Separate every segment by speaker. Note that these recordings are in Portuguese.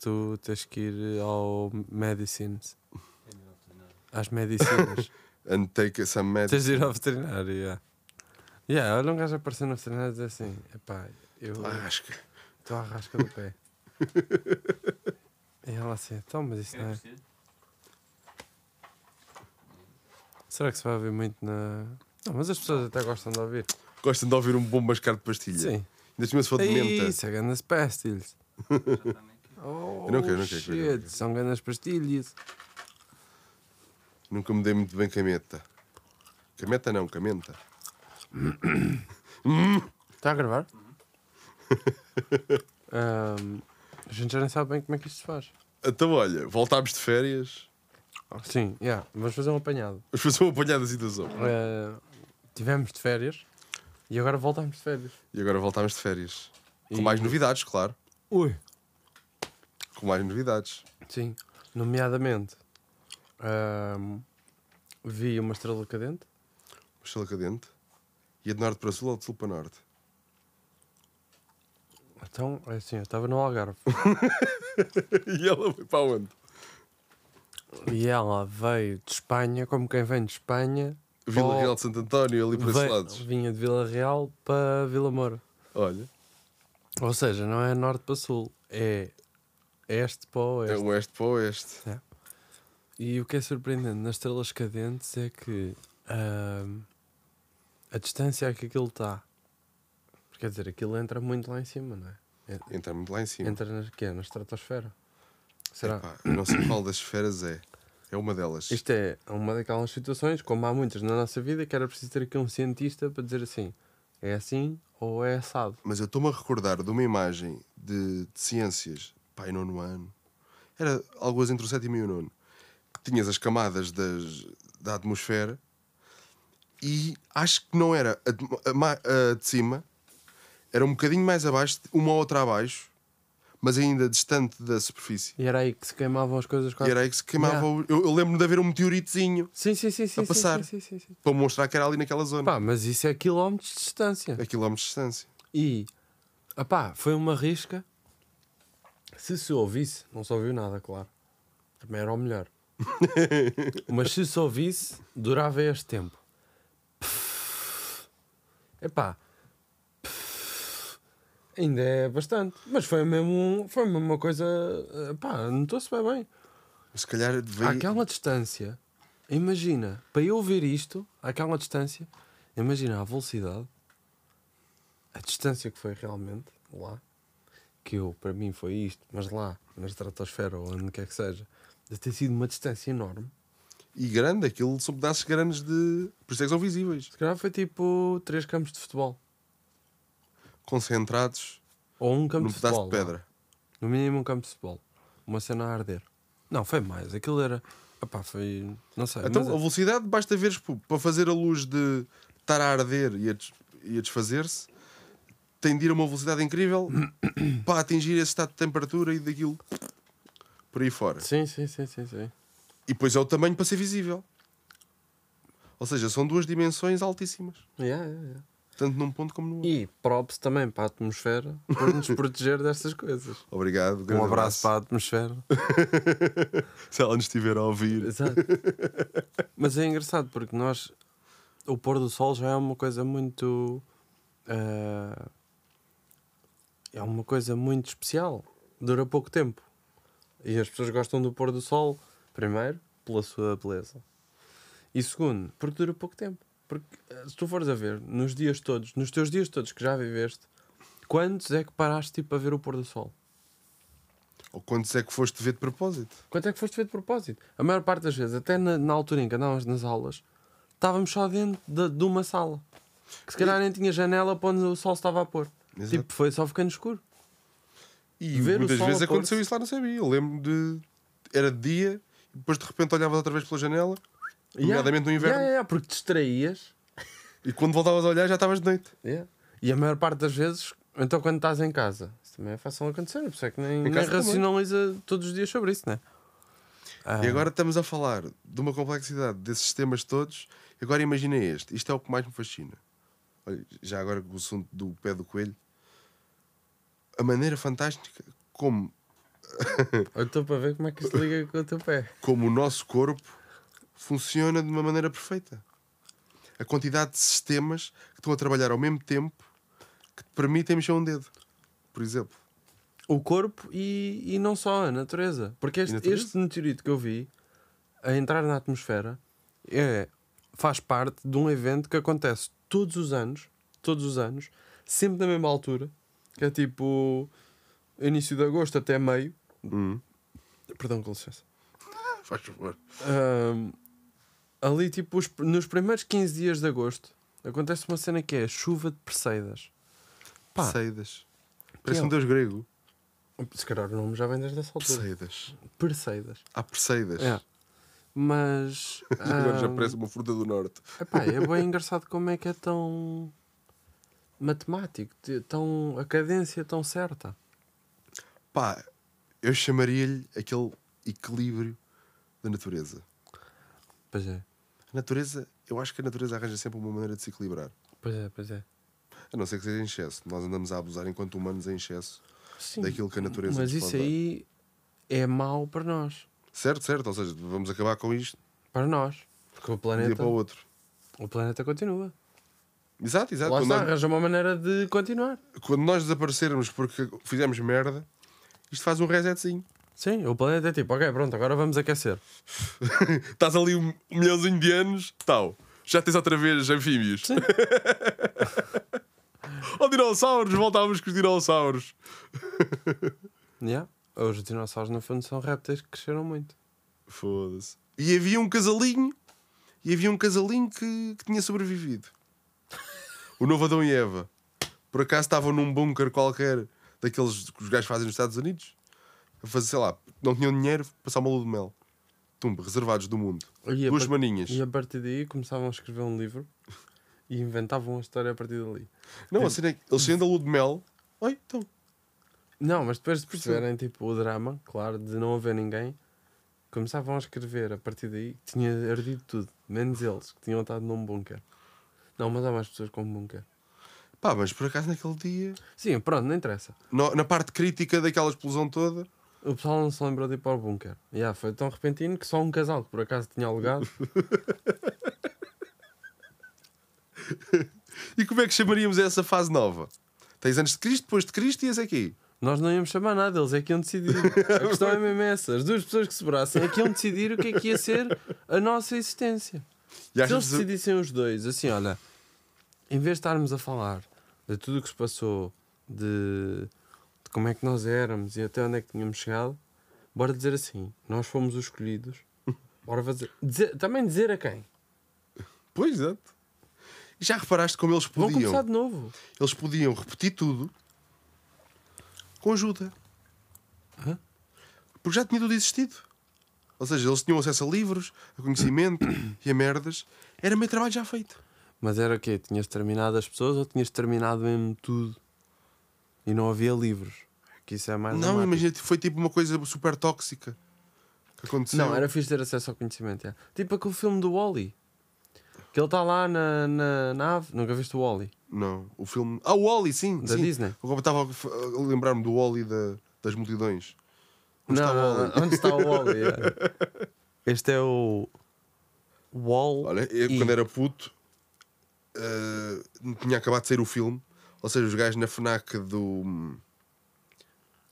Speaker 1: tu tens que ir ao medicines. Às medicinas.
Speaker 2: And take some
Speaker 1: tens
Speaker 2: medicine.
Speaker 1: de ir ao veterinário, yeah. Yeah, olha um gajo aparecer no veterinário e dizer assim, epá, eu
Speaker 2: Ah, Acho que.
Speaker 1: estou à rasca do pé. e ela assim, então, mas isso não é... Será que se vai ouvir muito na... Não, mas as pessoas até gostam de ouvir.
Speaker 2: Gostam de ouvir um bom mascar de pastilha.
Speaker 1: Sim.
Speaker 2: Ainda se for de tá. menta.
Speaker 1: Ei, Isso, é grandes pastilhas. Oh,
Speaker 2: Eu não quero, não quero,
Speaker 1: shit,
Speaker 2: eu não quero.
Speaker 1: são grandes pastilhas.
Speaker 2: Nunca me dei muito bem com a menta. Cameta não, camenta.
Speaker 1: Está a gravar? Uhum. Ahm, a gente já nem sabe bem como é que isto se faz.
Speaker 2: Então, olha, voltámos de férias.
Speaker 1: Sim, yeah, vamos fazer um apanhado.
Speaker 2: Vamos fazer um apanhado da situação.
Speaker 1: Ah, tivemos de férias e agora voltamos de férias.
Speaker 2: E agora voltámos de férias. Com
Speaker 1: E-
Speaker 2: mais novidades, claro.
Speaker 1: Ui.
Speaker 2: Com mais novidades.
Speaker 1: Sim, nomeadamente ahm, vi uma estrela cadente.
Speaker 2: Mochila cadente. Ia é de norte para sul ou de sul para norte?
Speaker 1: Então, é assim, eu estava no Algarve
Speaker 2: e ela foi para onde?
Speaker 1: e ela veio de Espanha, como quem vem de Espanha,
Speaker 2: Vila
Speaker 1: Oh.
Speaker 2: Real de Santo António, ali para esses
Speaker 1: Vem-
Speaker 2: lados.
Speaker 1: Vinha de Vila Real para Vila Moura.
Speaker 2: Olha,
Speaker 1: Ou seja, não é norte para sul, é este para oeste.
Speaker 2: é o oeste para o oeste.
Speaker 1: E o que é surpreendente nas estrelas cadentes é que ahm, a distância a que aquilo está. Quer dizer, aquilo entra muito lá em cima, não é?
Speaker 2: Entra Então, muito lá em cima.
Speaker 1: Entra na, quê? na estratosfera. Então, Será?
Speaker 2: Epá, eu não sei qual das esferas é. É uma delas.
Speaker 1: Isto é uma daquelas situações, como há muitas na nossa vida, que era preciso ter aqui um cientista para dizer assim: é assim ou é assado.
Speaker 2: Mas eu estou-me a recordar de uma imagem de, de ciências, pai, nono ano. Era algumas entre o sétimo e o nono. Que tinhas as camadas das- da atmosfera e acho que não era a de, a ma- a de cima, era um bocadinho mais abaixo, uma ou outra abaixo, mas ainda distante da superfície.
Speaker 1: E era aí que se queimavam as coisas
Speaker 2: E era aí que se queimava. o- Eu, eu lembro-me de haver um meteoritozinho
Speaker 1: Sim, sim, sim, sim. sim,
Speaker 2: passar.
Speaker 1: Sim, sim, sim, sim.
Speaker 2: para mostrar que era ali naquela zona,
Speaker 1: Pá, mas isso é quilómetros de distância.
Speaker 2: a quilómetros de distância.
Speaker 1: E opá, foi uma risca. Se se ouvisse, não se ouviu nada, claro. Também era o melhor. Mas se se ouvisse, durava este tempo. Epá. Ainda é bastante. Mas foi mesmo, um, foi mesmo uma coisa. Epá, notou-se bem bem.
Speaker 2: Se calhar veio.
Speaker 1: Àquela distância, imagina, para eu ver isto, àquela distância, imagina a velocidade, a distância que foi realmente lá, que eu, para mim foi isto, mas lá, na estratosfera ou onde quer que seja, deve ter sido uma distância enorme.
Speaker 2: E grande, aquilo são pedaços grandes de. Por isso é que são visíveis.
Speaker 1: Se calhar foi tipo três campos de futebol.
Speaker 2: concentrados
Speaker 1: Ou um campo
Speaker 2: num
Speaker 1: de
Speaker 2: pedaço
Speaker 1: futebol.
Speaker 2: de
Speaker 1: vá.
Speaker 2: pedra.
Speaker 1: No mínimo um campo de futebol. Uma cena a arder. Não, foi mais. Aquilo era. Epá, foi. Não sei.
Speaker 2: Então,
Speaker 1: mas- é
Speaker 2: a velocidade basta veres pô, para fazer a luz de estar a arder e a, des- e a desfazer-se, tem de ir a uma velocidade incrível para atingir esse estado de temperatura e daquilo por aí fora.
Speaker 1: Sim, sim, sim, sim, sim.
Speaker 2: E depois é o tamanho para ser visível. Ou seja, são duas dimensões altíssimas,
Speaker 1: Yeah, yeah, yeah.
Speaker 2: tanto num ponto como no outro.
Speaker 1: E props também para a atmosfera por nos proteger destas coisas.
Speaker 2: Obrigado,
Speaker 1: Um abraço para a atmosfera.
Speaker 2: Se ela nos estiver a ouvir,
Speaker 1: Exato. Mas é engraçado porque nós. O pôr do sol já é uma coisa muito. ah, é uma coisa muito especial. Dura pouco tempo. E as pessoas gostam do pôr do sol, primeiro, pela sua beleza. E segundo, porque dura pouco tempo. Porque ah, se tu fores a ver, nos dias todos, nos teus dias todos que já viveste, quantos é que paraste tipo, a ver o pôr do sol?
Speaker 2: ou quantos é que foste ver de propósito?
Speaker 1: Quanto é que foste ver de propósito? A maior parte das vezes, até na, na altura em que andávamos nas aulas, estávamos só dentro de, de uma sala. Que se calhar nem tinha janela para onde o sol estava a pôr.
Speaker 2: Exato.
Speaker 1: Tipo, foi só ficando escuro.
Speaker 2: E
Speaker 1: Ver o
Speaker 2: muitas
Speaker 1: sol
Speaker 2: vezes
Speaker 1: a pôr-se.
Speaker 2: aconteceu isso lá, não sabia. Eu lembro de. Era de dia, e depois de repente olhavas outra vez pela janela, nomeadamente no
Speaker 1: Yeah,
Speaker 2: inverno,
Speaker 1: yeah, yeah, porque te distraías.
Speaker 2: e quando voltavas a olhar já estavas de noite.
Speaker 1: Yeah. E a maior parte das vezes, então quando estás em casa, isso também é fácil acontecer, por isso é que nem, nem
Speaker 2: casa também.
Speaker 1: racionaliza todos os dias sobre isso, não é? Ah,
Speaker 2: E agora estamos a falar de uma complexidade desses sistemas todos. Agora imagina este. Isto é o que mais me fascina. Olha, já agora com o assunto do pé do coelho. A maneira fantástica como
Speaker 1: Ah, Eu estou para ver como é que isto liga com o teu pé.
Speaker 2: como o nosso corpo funciona de uma maneira perfeita. A quantidade de sistemas que estão a trabalhar ao mesmo tempo que te permitem mexer um dedo, por exemplo.
Speaker 1: O corpo e, e não só, a natureza. Porque este,
Speaker 2: E natureza?
Speaker 1: este meteorito que eu vi a entrar na atmosfera é, faz parte de um evento que acontece todos os anos, todos os anos, sempre na mesma altura, que é tipo início de agosto até meio.
Speaker 2: Hum.
Speaker 1: Perdão, com licença.
Speaker 2: Ah, Faz favor.
Speaker 1: Ahm, ali, tipo, os- nos primeiros 15 dias de agosto, acontece uma cena que é chuva de Perseidas. Pá.
Speaker 2: Perseidas. Parece
Speaker 1: é
Speaker 2: um deus grego.
Speaker 1: Se calhar o nome já vem desde essa altura.
Speaker 2: Perseidas.
Speaker 1: Perseidas.
Speaker 2: Há Perseidas.
Speaker 1: É. Mas.
Speaker 2: Agora já
Speaker 1: ah,
Speaker 2: parece uma fruta do norte.
Speaker 1: epá, é bem engraçado como é que é tão matemático, te- tão, a cadência tão certa.
Speaker 2: Pá, eu chamaria-lhe aquele equilíbrio da natureza.
Speaker 1: Pois é,
Speaker 2: A natureza, eu acho que a natureza arranja sempre uma maneira de se equilibrar.
Speaker 1: pois é, pois é.
Speaker 2: A não ser que seja em excesso. Nós andamos a abusar enquanto humanos é em excesso
Speaker 1: Sim,
Speaker 2: daquilo que a natureza
Speaker 1: mas
Speaker 2: nos
Speaker 1: isso
Speaker 2: pode dar.
Speaker 1: aí é mau para nós.
Speaker 2: Certo, certo. Ou seja, vamos acabar com isto
Speaker 1: Para nós. Porque o
Speaker 2: de um dia
Speaker 1: planeta,
Speaker 2: para o outro.
Speaker 1: o planeta continua.
Speaker 2: Exato, exato.
Speaker 1: Lá
Speaker 2: Quando
Speaker 1: está,
Speaker 2: nós,
Speaker 1: arranja uma maneira de continuar.
Speaker 2: quando nós desaparecermos porque fizemos merda, isto faz um resetzinho.
Speaker 1: Sim, o planeta é tipo, ok, pronto, agora vamos aquecer.
Speaker 2: Estás ali um um milhãozinho de anos, tal. Já tens outra vez anfíbios. Ou dinossauros, voltávamos com os dinossauros.
Speaker 1: Yeah. Os dinossauros, no fundo, são répteis que cresceram muito.
Speaker 2: Foda-se. E havia um casalinho. E havia um casalinho que, que tinha sobrevivido. O novo Adão e Eva. Por acaso estavam num bunker qualquer daqueles que os gajos fazem nos Estados Unidos. A fazer, sei lá, não tinham dinheiro, passar uma lua de mel. Tumba, reservados do mundo.
Speaker 1: E a
Speaker 2: Duas
Speaker 1: par-
Speaker 2: maninhas.
Speaker 1: E a partir daí começavam a escrever um livro e inventavam a história a partir dali.
Speaker 2: Não, assim é que eles saindo a lua de mel. Oi, então.
Speaker 1: Não, mas depois de perceberem tipo, o drama, claro, de não haver ninguém, começavam a escrever a partir daí que tinha ardido tudo, menos eles, que tinham estado num bunker. Não, mas há mais pessoas com bunker.
Speaker 2: Pá, mas por acaso naquele dia,
Speaker 1: Sim, pronto, não interessa.
Speaker 2: no- na parte crítica daquela explosão toda,
Speaker 1: O pessoal não se lembrou de ir para o bunker. Yeah, foi tão repentino que só um casal que por acaso tinha alugado.
Speaker 2: e como é que chamaríamos essa fase nova? Tens antes de Cristo, depois de Cristo e esse é aqui.
Speaker 1: Nós não íamos chamar nada, eles é que iam decidir. A questão é mesmo essa. As duas pessoas que sobrassem é que iam decidir o que é que ia ser a nossa existência.
Speaker 2: E
Speaker 1: Se eles
Speaker 2: achas que-
Speaker 1: decidissem os dois, assim, olha, em vez de estarmos a falar de tudo o que se passou, de, de como é que nós éramos e até onde é que tínhamos chegado, bora dizer assim, nós fomos os escolhidos. Bora fazer. dizer- também dizer a quem?
Speaker 2: Pois, exato. E já reparaste como eles
Speaker 1: Vão começar
Speaker 2: podiam?
Speaker 1: de novo.
Speaker 2: Eles podiam repetir tudo com ajuda.
Speaker 1: Hã?
Speaker 2: Porque já tinha tudo existido. Ou seja, eles tinham acesso a livros, a conhecimento e a merdas. Era meio trabalho já feito.
Speaker 1: Mas era o quê? Tinhas terminado as pessoas ou tinhas terminado mesmo tudo? E não havia livros. Que isso é mais.
Speaker 2: não,
Speaker 1: dramático.
Speaker 2: imagina, foi tipo uma coisa super tóxica que aconteceu.
Speaker 1: Não, era fixe ter acesso ao conhecimento. é. Tipo aquele filme do Wally. Que ele está lá na, na nave. Nunca viste o Wally?
Speaker 2: Não, o filme. Ah, o Wally, sim.
Speaker 1: Da
Speaker 2: sim.
Speaker 1: Disney.
Speaker 2: Eu estava a f- a lembrar-me do Wally da, das multidões. Onde
Speaker 1: não,
Speaker 2: está o
Speaker 1: não,
Speaker 2: Wall-E?
Speaker 1: não, onde está o Wally? é. Este é o Wall.
Speaker 2: Olha, eu
Speaker 1: E-
Speaker 2: quando era puto, eh, tinha acabado de sair o filme. Ou seja, os gajos na FNAC do.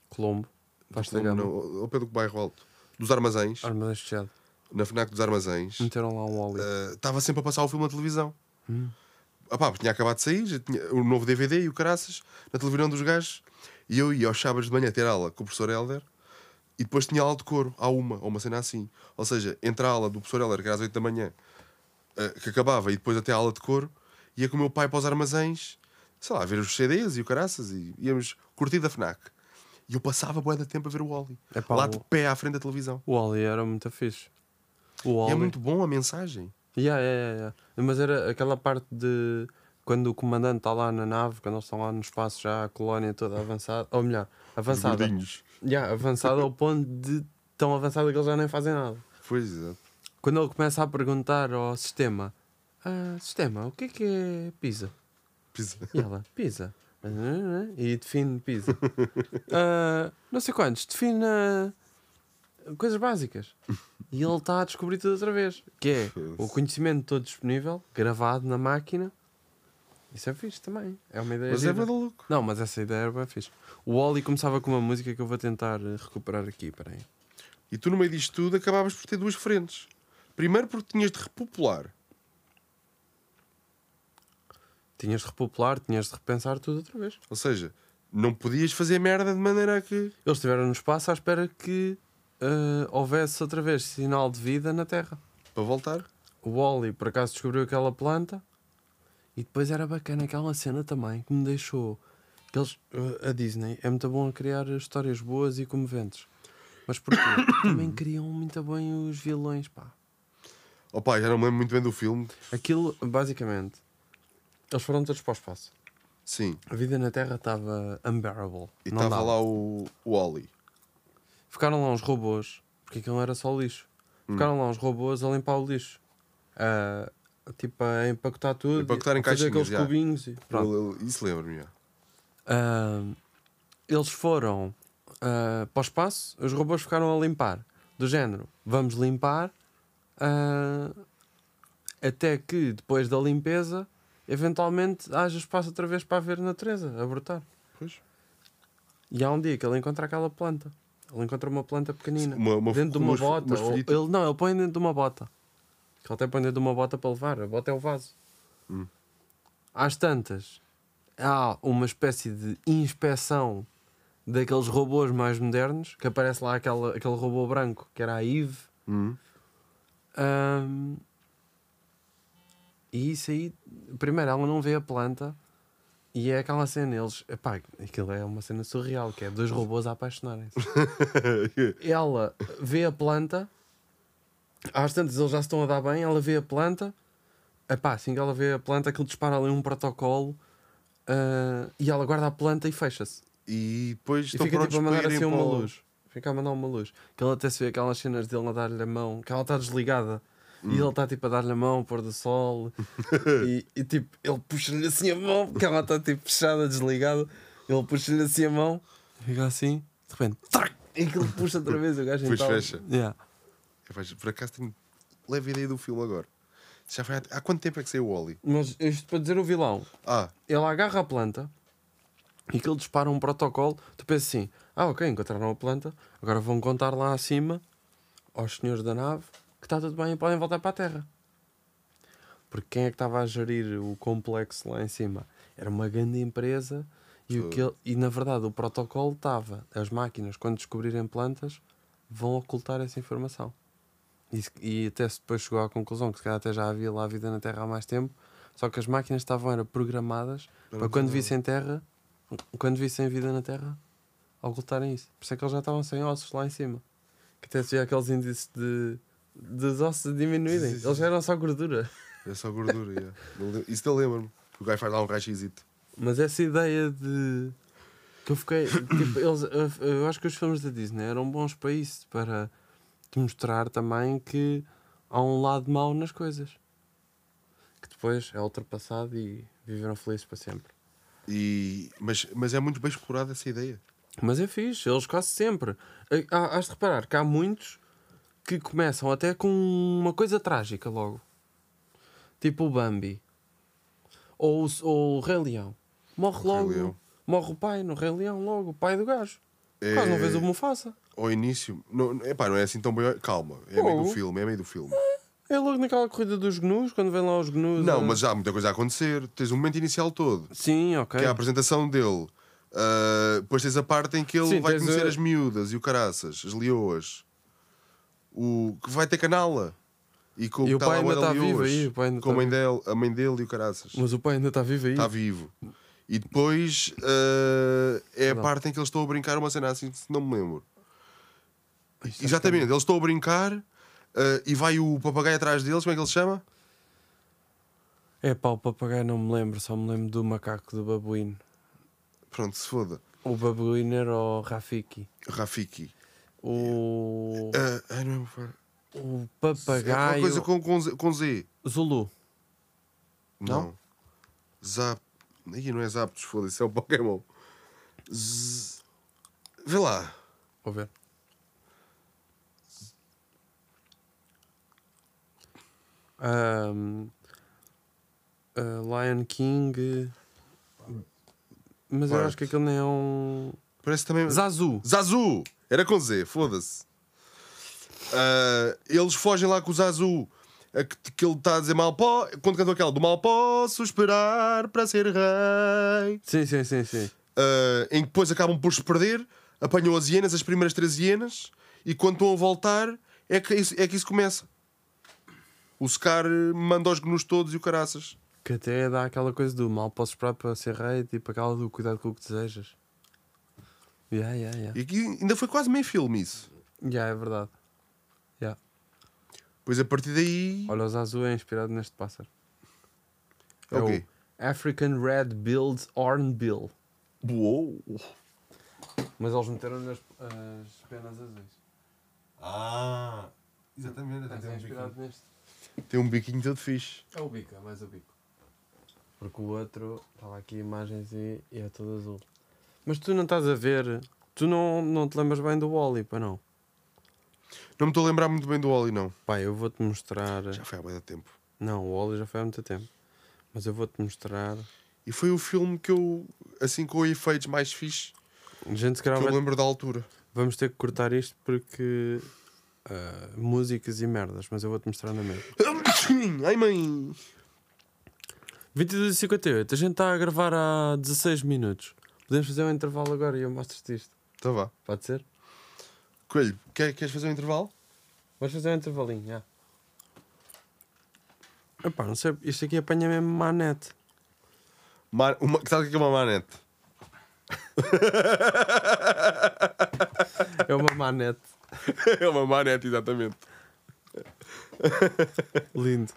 Speaker 1: Colombo. Basta
Speaker 2: do
Speaker 1: gama. Ah.
Speaker 2: não, ao pé do bairro alto. Dos armazéns.
Speaker 1: Armadilha fechada.
Speaker 2: Na FNAC dos armazéns.
Speaker 1: Meteram lá um Wally.
Speaker 2: eh, Estava sempre a passar o filme na televisão.
Speaker 1: Hum.
Speaker 2: Ah pá, tinha acabado de sair, já tinha o novo DVD e o caraças na televisão dos gajos. E eu ia aos sábados de manhã ter aula com o professor Helder e depois tinha aula de coro, à uma, ou uma cena assim. Ou seja, entre a aula do professor Helder, que era às 8 da manhã, eh, que acabava, e depois até a aula de coro, ia com o meu pai para os armazéns, sei lá, ver os CDs e o caraças e íamos curtir da Fnac. E eu passava boa da tempo a ver o Wally,
Speaker 1: Epá,
Speaker 2: lá
Speaker 1: o-
Speaker 2: de pé à frente da televisão.
Speaker 1: O Wally era muito fixe. O
Speaker 2: E
Speaker 1: Wally.
Speaker 2: é muito bom a mensagem.
Speaker 1: Yeah, yeah, yeah, yeah. Mas era aquela parte de quando o comandante está lá na nave, quando eles estão lá no espaço, já a colónia toda avançada. Ou melhor,
Speaker 2: Os
Speaker 1: avançada.
Speaker 2: gordinhos.
Speaker 1: Yeah, avançada ao ponto de tão avançada que eles já nem fazem nada.
Speaker 2: Pois, é. exato.
Speaker 1: Quando ele começa a perguntar ao sistema: "Ah, Sistema, o que é que é pizza?
Speaker 2: Pisa.
Speaker 1: E ela: Pizza. E define pizza. Ah, não sei quantos. Define ah, coisas básicas. E ele está a descobrir tudo outra vez. Que é o conhecimento todo disponível, gravado na máquina. Isso é fixe também. É uma ideia.
Speaker 2: Mas é
Speaker 1: gira.
Speaker 2: verdade louco.
Speaker 1: Não, mas essa ideia era bem fixe. O Oli começava com uma música que eu vou tentar eh, recuperar aqui, peraí.
Speaker 2: E tu, no meio disto tudo, acabavas por ter duas frentes. Primeiro, porque tinhas de repopular.
Speaker 1: Tinhas de repopular, tinhas de repensar tudo outra vez.
Speaker 2: Ou seja, não podias fazer merda de maneira a que.
Speaker 1: Eles estiveram no espaço à espera que eh, houvesse outra vez sinal de vida na Terra.
Speaker 2: para voltar.
Speaker 1: O Wally por acaso descobriu aquela planta e depois era bacana aquela cena também que me deixou. que Eles, eh, a Disney é muito bom a criar histórias boas e comoventes. Mas porquê? também criam muito bem os vilões, pá.
Speaker 2: Oh pá, já não me lembro muito bem do filme.
Speaker 1: Aquilo, basicamente, eles foram todos para o espaço.
Speaker 2: Sim.
Speaker 1: A vida na Terra estava unbearable.
Speaker 2: E
Speaker 1: não
Speaker 2: estava
Speaker 1: dava.
Speaker 2: lá o, o Oli.
Speaker 1: Ficaram lá uns robôs, porque aquilo era só lixo.
Speaker 2: Hum.
Speaker 1: Ficaram lá uns robôs a limpar o lixo. Ah, tipo, a empacotar tudo.
Speaker 2: Empacotar em
Speaker 1: a fazer
Speaker 2: caixinhas,
Speaker 1: aqueles
Speaker 2: já.
Speaker 1: cubinhos. E, pronto.
Speaker 2: Eu- eu- Isso lembro-me. já.
Speaker 1: Ah, eles foram ah, para o espaço, os robôs ficaram a limpar. Do género, vamos limpar. ah, até que depois da limpeza, eventualmente haja espaço outra vez para haver natureza, a brotar.
Speaker 2: Pois.
Speaker 1: E há um dia que ele encontra aquela planta. Ele encontra uma planta pequenina.
Speaker 2: Uma- uma-
Speaker 1: dentro de uma
Speaker 2: umas-
Speaker 1: bota.
Speaker 2: umas
Speaker 1: ou-
Speaker 2: folhitas.
Speaker 1: ele, não, ele põe dentro de uma bota. Que Ele até põe dentro de uma bota para levar. A bota é o vaso. Às tantas, há uma espécie de inspeção daqueles robôs mais modernos. Que aparece lá aquela, aquele robô branco que era a Eve.
Speaker 2: Hum.
Speaker 1: Ahm, e isso aí, primeiro, ela não vê a planta e é aquela cena. Eles, epá, aquilo é uma cena surreal, que é dois robôs a apaixonarem-se. ela vê a planta, às tantas eles já se estão a dar bem. Ela vê a planta, epá, assim que ela vê a planta, aquilo dispara ali um protocolo ah, e ela guarda a planta e fecha-se.
Speaker 2: E depois
Speaker 1: E
Speaker 2: estão
Speaker 1: fica
Speaker 2: prontos
Speaker 1: tipo a mandar
Speaker 2: para irem
Speaker 1: assim uma
Speaker 2: para o-
Speaker 1: luz. Fica a mandar uma luz. Que ele até se vê aquelas cenas dele a dar-lhe a mão, que ela está desligada. E
Speaker 2: Hum.
Speaker 1: ele está tipo a dar-lhe a mão, ao pôr do sol. e, e, tipo, ele puxa-lhe assim a mão, que ela está tipo fechada, desligada. Ele puxa-lhe assim a mão, fica assim, de repente, trac, e aquilo puxa outra vez. O gajo
Speaker 2: Depois
Speaker 1: então-
Speaker 2: fecha.
Speaker 1: Yeah.
Speaker 2: Eu vejo- Por acaso tenho leve ideia do filme agora. Já foi há... há quanto tempo é que saiu o Oli?
Speaker 1: Mas isto para dizer o vilão,
Speaker 2: Ah,
Speaker 1: ele agarra a planta e que ele dispara um protocolo. Tu pensas assim: ah, ok, encontraram a planta, agora vão contar lá acima aos senhores da nave que está tudo bem e podem voltar para a Terra. Porque quem é que estava a gerir o complexo lá em cima? Era uma grande empresa e, o que ele- e na verdade o protocolo estava: as máquinas, quando descobrirem plantas, vão ocultar essa informação. E, se- e até se depois chegou à conclusão que se calhar até já havia lá vida na Terra há mais tempo, só que as máquinas estavam era programadas para, quando vissem Terra, quando vissem vida na Terra, ocultarem isso. Por isso é que eles já estavam sem ossos lá em cima. Que até se via aqueles índices de dos ossos a diminuírem.
Speaker 2: Sim, sim,
Speaker 1: Eles já eram só gordura.
Speaker 2: é só gordura. yeah. Não lem- Isso eu lembro-me. O gajo faz lá um rachizito.
Speaker 1: Mas essa ideia de. que eu fiquei. tipo, eles, eu, eu acho que os filmes da Disney eram bons para isso, para te mostrar também que há um lado mau nas coisas. Que depois é ultrapassado e viveram felizes para sempre.
Speaker 2: E... Mas, mas é muito bem explorada essa ideia.
Speaker 1: Mas é fixe, eles quase sempre. Eh, há- Hás de reparar que há muitos que começam até com uma coisa trágica logo. Tipo o Bambi. Ou, o s- ou o Rei Leão. Morre
Speaker 2: O Rei
Speaker 1: logo.
Speaker 2: Leão.
Speaker 1: Morre o pai no Rei Leão logo, o pai do gajo. Quase não
Speaker 2: É-
Speaker 1: vês o Mufasa.
Speaker 2: Ao início. Não, epá, não é assim tão bem. Calma, é meio do
Speaker 1: Oh.
Speaker 2: filme, é meio do filme.
Speaker 1: É logo naquela corrida dos gnus, quando vem lá os gnus.
Speaker 2: Não,
Speaker 1: a-
Speaker 2: mas já há muita coisa a acontecer. Tens o momento inicial todo,
Speaker 1: Sim, ok.
Speaker 2: que é a apresentação dele. Ah, depois tens a parte em que ele
Speaker 1: Sim,
Speaker 2: vai
Speaker 1: tens
Speaker 2: conhecer
Speaker 1: a-
Speaker 2: as miúdas e o caraças, as leoas. O que vai ter canala. E, com,
Speaker 1: E o
Speaker 2: tá
Speaker 1: pai
Speaker 2: lá
Speaker 1: ainda
Speaker 2: bué de
Speaker 1: tá vivo
Speaker 2: leoas,
Speaker 1: aí, o pai ainda
Speaker 2: com a
Speaker 1: tá
Speaker 2: mãe dele, a mãe dele e o caraças.
Speaker 1: Mas o pai ainda está vivo aí.
Speaker 2: Está Tá vivo. E depois ah, é a parte em que eles estão a brincar uma cena assim, se não me lembro. Exatamente, eles estão a brincar ah, e vai o papagaio atrás deles, como é que ele se chama?
Speaker 1: É pá, o papagaio não me lembro, só me lembro do macaco do babuíno.
Speaker 2: Pronto, se foda.
Speaker 1: O babuíno era o Rafiki.
Speaker 2: Rafiki.
Speaker 1: O,
Speaker 2: Ah, ah, não é meu pai.
Speaker 1: o
Speaker 2: É uma
Speaker 1: papagaio
Speaker 2: coisa com, com Z. Com Z.
Speaker 1: Zulu.
Speaker 2: Não. Zap. Aqui não é Zapdos, foda-se, é o Pokémon. Z... Vê lá.
Speaker 1: Vou ver. Ahm, ah, Lion King. Mas eu
Speaker 2: Park.
Speaker 1: acho que aquele nem é um.
Speaker 2: Parece também.
Speaker 1: Zazu!
Speaker 2: Zazu! Era com Z, foda-se. Ah, eles fogem lá com o Zazu. a que, que ele está a dizer mal pó. Quando cantou aquela do mal posso esperar para ser rei.
Speaker 1: Sim, sim, sim, sim.
Speaker 2: Ah, em que depois acabam por se perder. Apanham as hienas, as primeiras três hienas. E quando estão a voltar, é que isso, é que isso começa. O Scar manda os gnus todos e o caraças.
Speaker 1: Que até dá aquela coisa do mal posso esperar para ser rei, tipo aquela do cuidado com o que desejas. Yeah, yeah, yeah.
Speaker 2: E aqui ainda foi quase meio filme isso.
Speaker 1: Yeah, é verdade. Yeah.
Speaker 2: Pois a partir daí.
Speaker 1: Olha, o Zazu é inspirado neste pássaro.
Speaker 2: É o quê?
Speaker 1: o African Red Billed Hornbill.
Speaker 2: Uou!
Speaker 1: Mas eles meteram-lhe as, as penas azuis.
Speaker 2: Ah! Exatamente,
Speaker 1: Mas é inspirado neste.
Speaker 2: Tem um biquinho todo fixe.
Speaker 1: É o bico, é mais o bico. Porque o outro, estava aqui imagens e, e é todo azul. Mas tu não estás a ver, tu não, não te lembras bem do Wally, pá não.
Speaker 2: Não me estou a lembrar muito bem do Oli, não.
Speaker 1: Pai, eu vou-te mostrar.
Speaker 2: Já foi há muito tempo.
Speaker 1: Não, o Wally já foi há muito tempo. Mas eu vou-te mostrar.
Speaker 2: E foi o filme que eu, assim com efeitos mais fixe,
Speaker 1: Gente, se calhar
Speaker 2: que eu
Speaker 1: vai-
Speaker 2: lembro da altura.
Speaker 1: vamos ter que cortar isto porque. ah, músicas e merdas, mas eu vou-te mostrar na mesma.
Speaker 2: Ai, mãe!
Speaker 1: 22 e 58 a gente está a gravar há 16 minutos. Podemos fazer um intervalo agora e eu mostro-te isto.
Speaker 2: Então vá.
Speaker 1: Pode ser?
Speaker 2: Coelho, quer- queres fazer um intervalo?
Speaker 1: Vamos fazer um intervalinho, já. Epá, não sei, isto aqui apanha mesmo manete.
Speaker 2: Mar... Uma... Sabe o que é uma manete?
Speaker 1: É uma manete.
Speaker 2: é uma manete, exatamente.
Speaker 1: Lindo.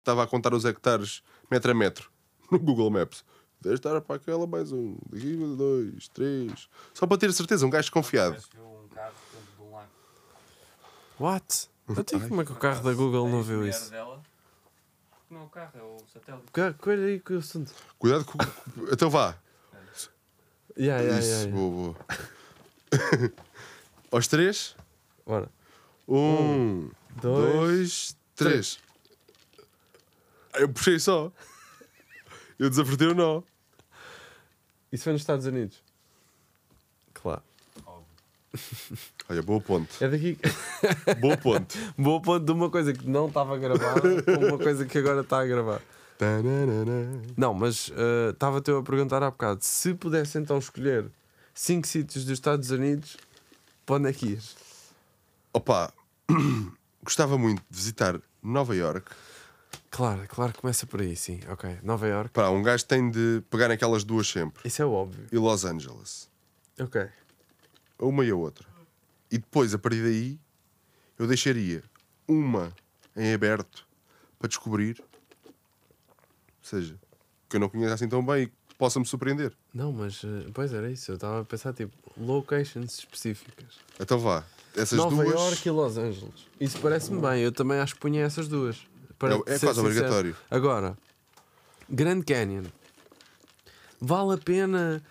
Speaker 2: Estava a contar os hectares metro a metro no Google Maps. Deve estar para aquela mais um, daqui mais dois, três. Só para ter certeza, um gajo confiado.
Speaker 3: Parece que viu um carro dentro de um lago.
Speaker 1: What? Eu tenho como é que o carro da Google não
Speaker 3: A
Speaker 1: viu
Speaker 3: ex-mulher
Speaker 1: isso?
Speaker 3: dela- Não é o carro, é o satélite.
Speaker 1: Que- Coisa aí que o assunto.
Speaker 2: Cuidado com. então vá.
Speaker 1: Yeah, yeah,
Speaker 2: Isso,
Speaker 1: yeah, yeah.
Speaker 2: boa, boa. Aos três.
Speaker 1: Ora,
Speaker 2: Um,
Speaker 1: dois,
Speaker 2: dois, três. Eu puxei só. Eu desapertei o nó.
Speaker 1: Isso foi nos Estados Unidos. Claro.
Speaker 2: Olha, boa ponte.
Speaker 1: É daqui.
Speaker 2: Boa ponte.
Speaker 1: Boa ponto de uma coisa que não estava gravada com uma coisa que agora está a gravar.
Speaker 2: Tananana.
Speaker 1: Não, mas eh, estava-te eu a perguntar há bocado se pudesse então escolher cinco sítios dos Estados Unidos, para onde é que ias?
Speaker 2: Opa, gostava muito de visitar Nova York.
Speaker 1: Claro, claro, começa por aí, sim. Ok, Nova York.
Speaker 2: Pá, um gajo tem de pegar naquelas duas sempre.
Speaker 1: Isso é óbvio.
Speaker 2: E Los Angeles.
Speaker 1: Ok.
Speaker 2: A Uma e a outra. E depois, a partir daí, eu deixaria uma em aberto para descobrir. Ou seja, que eu não conheço assim tão bem e que possa me surpreender.
Speaker 1: Não, mas eh, pois era isso. Eu estava a pensar tipo locations específicas.
Speaker 2: Então vá. Essas
Speaker 1: Nova
Speaker 2: duas.
Speaker 1: York e Los Angeles. Isso parece-me bem. Eu também acho que punha essas duas. Para
Speaker 2: É- é
Speaker 1: ser
Speaker 2: quase obrigatório.
Speaker 1: Agora, Grand Canyon. Vale a pena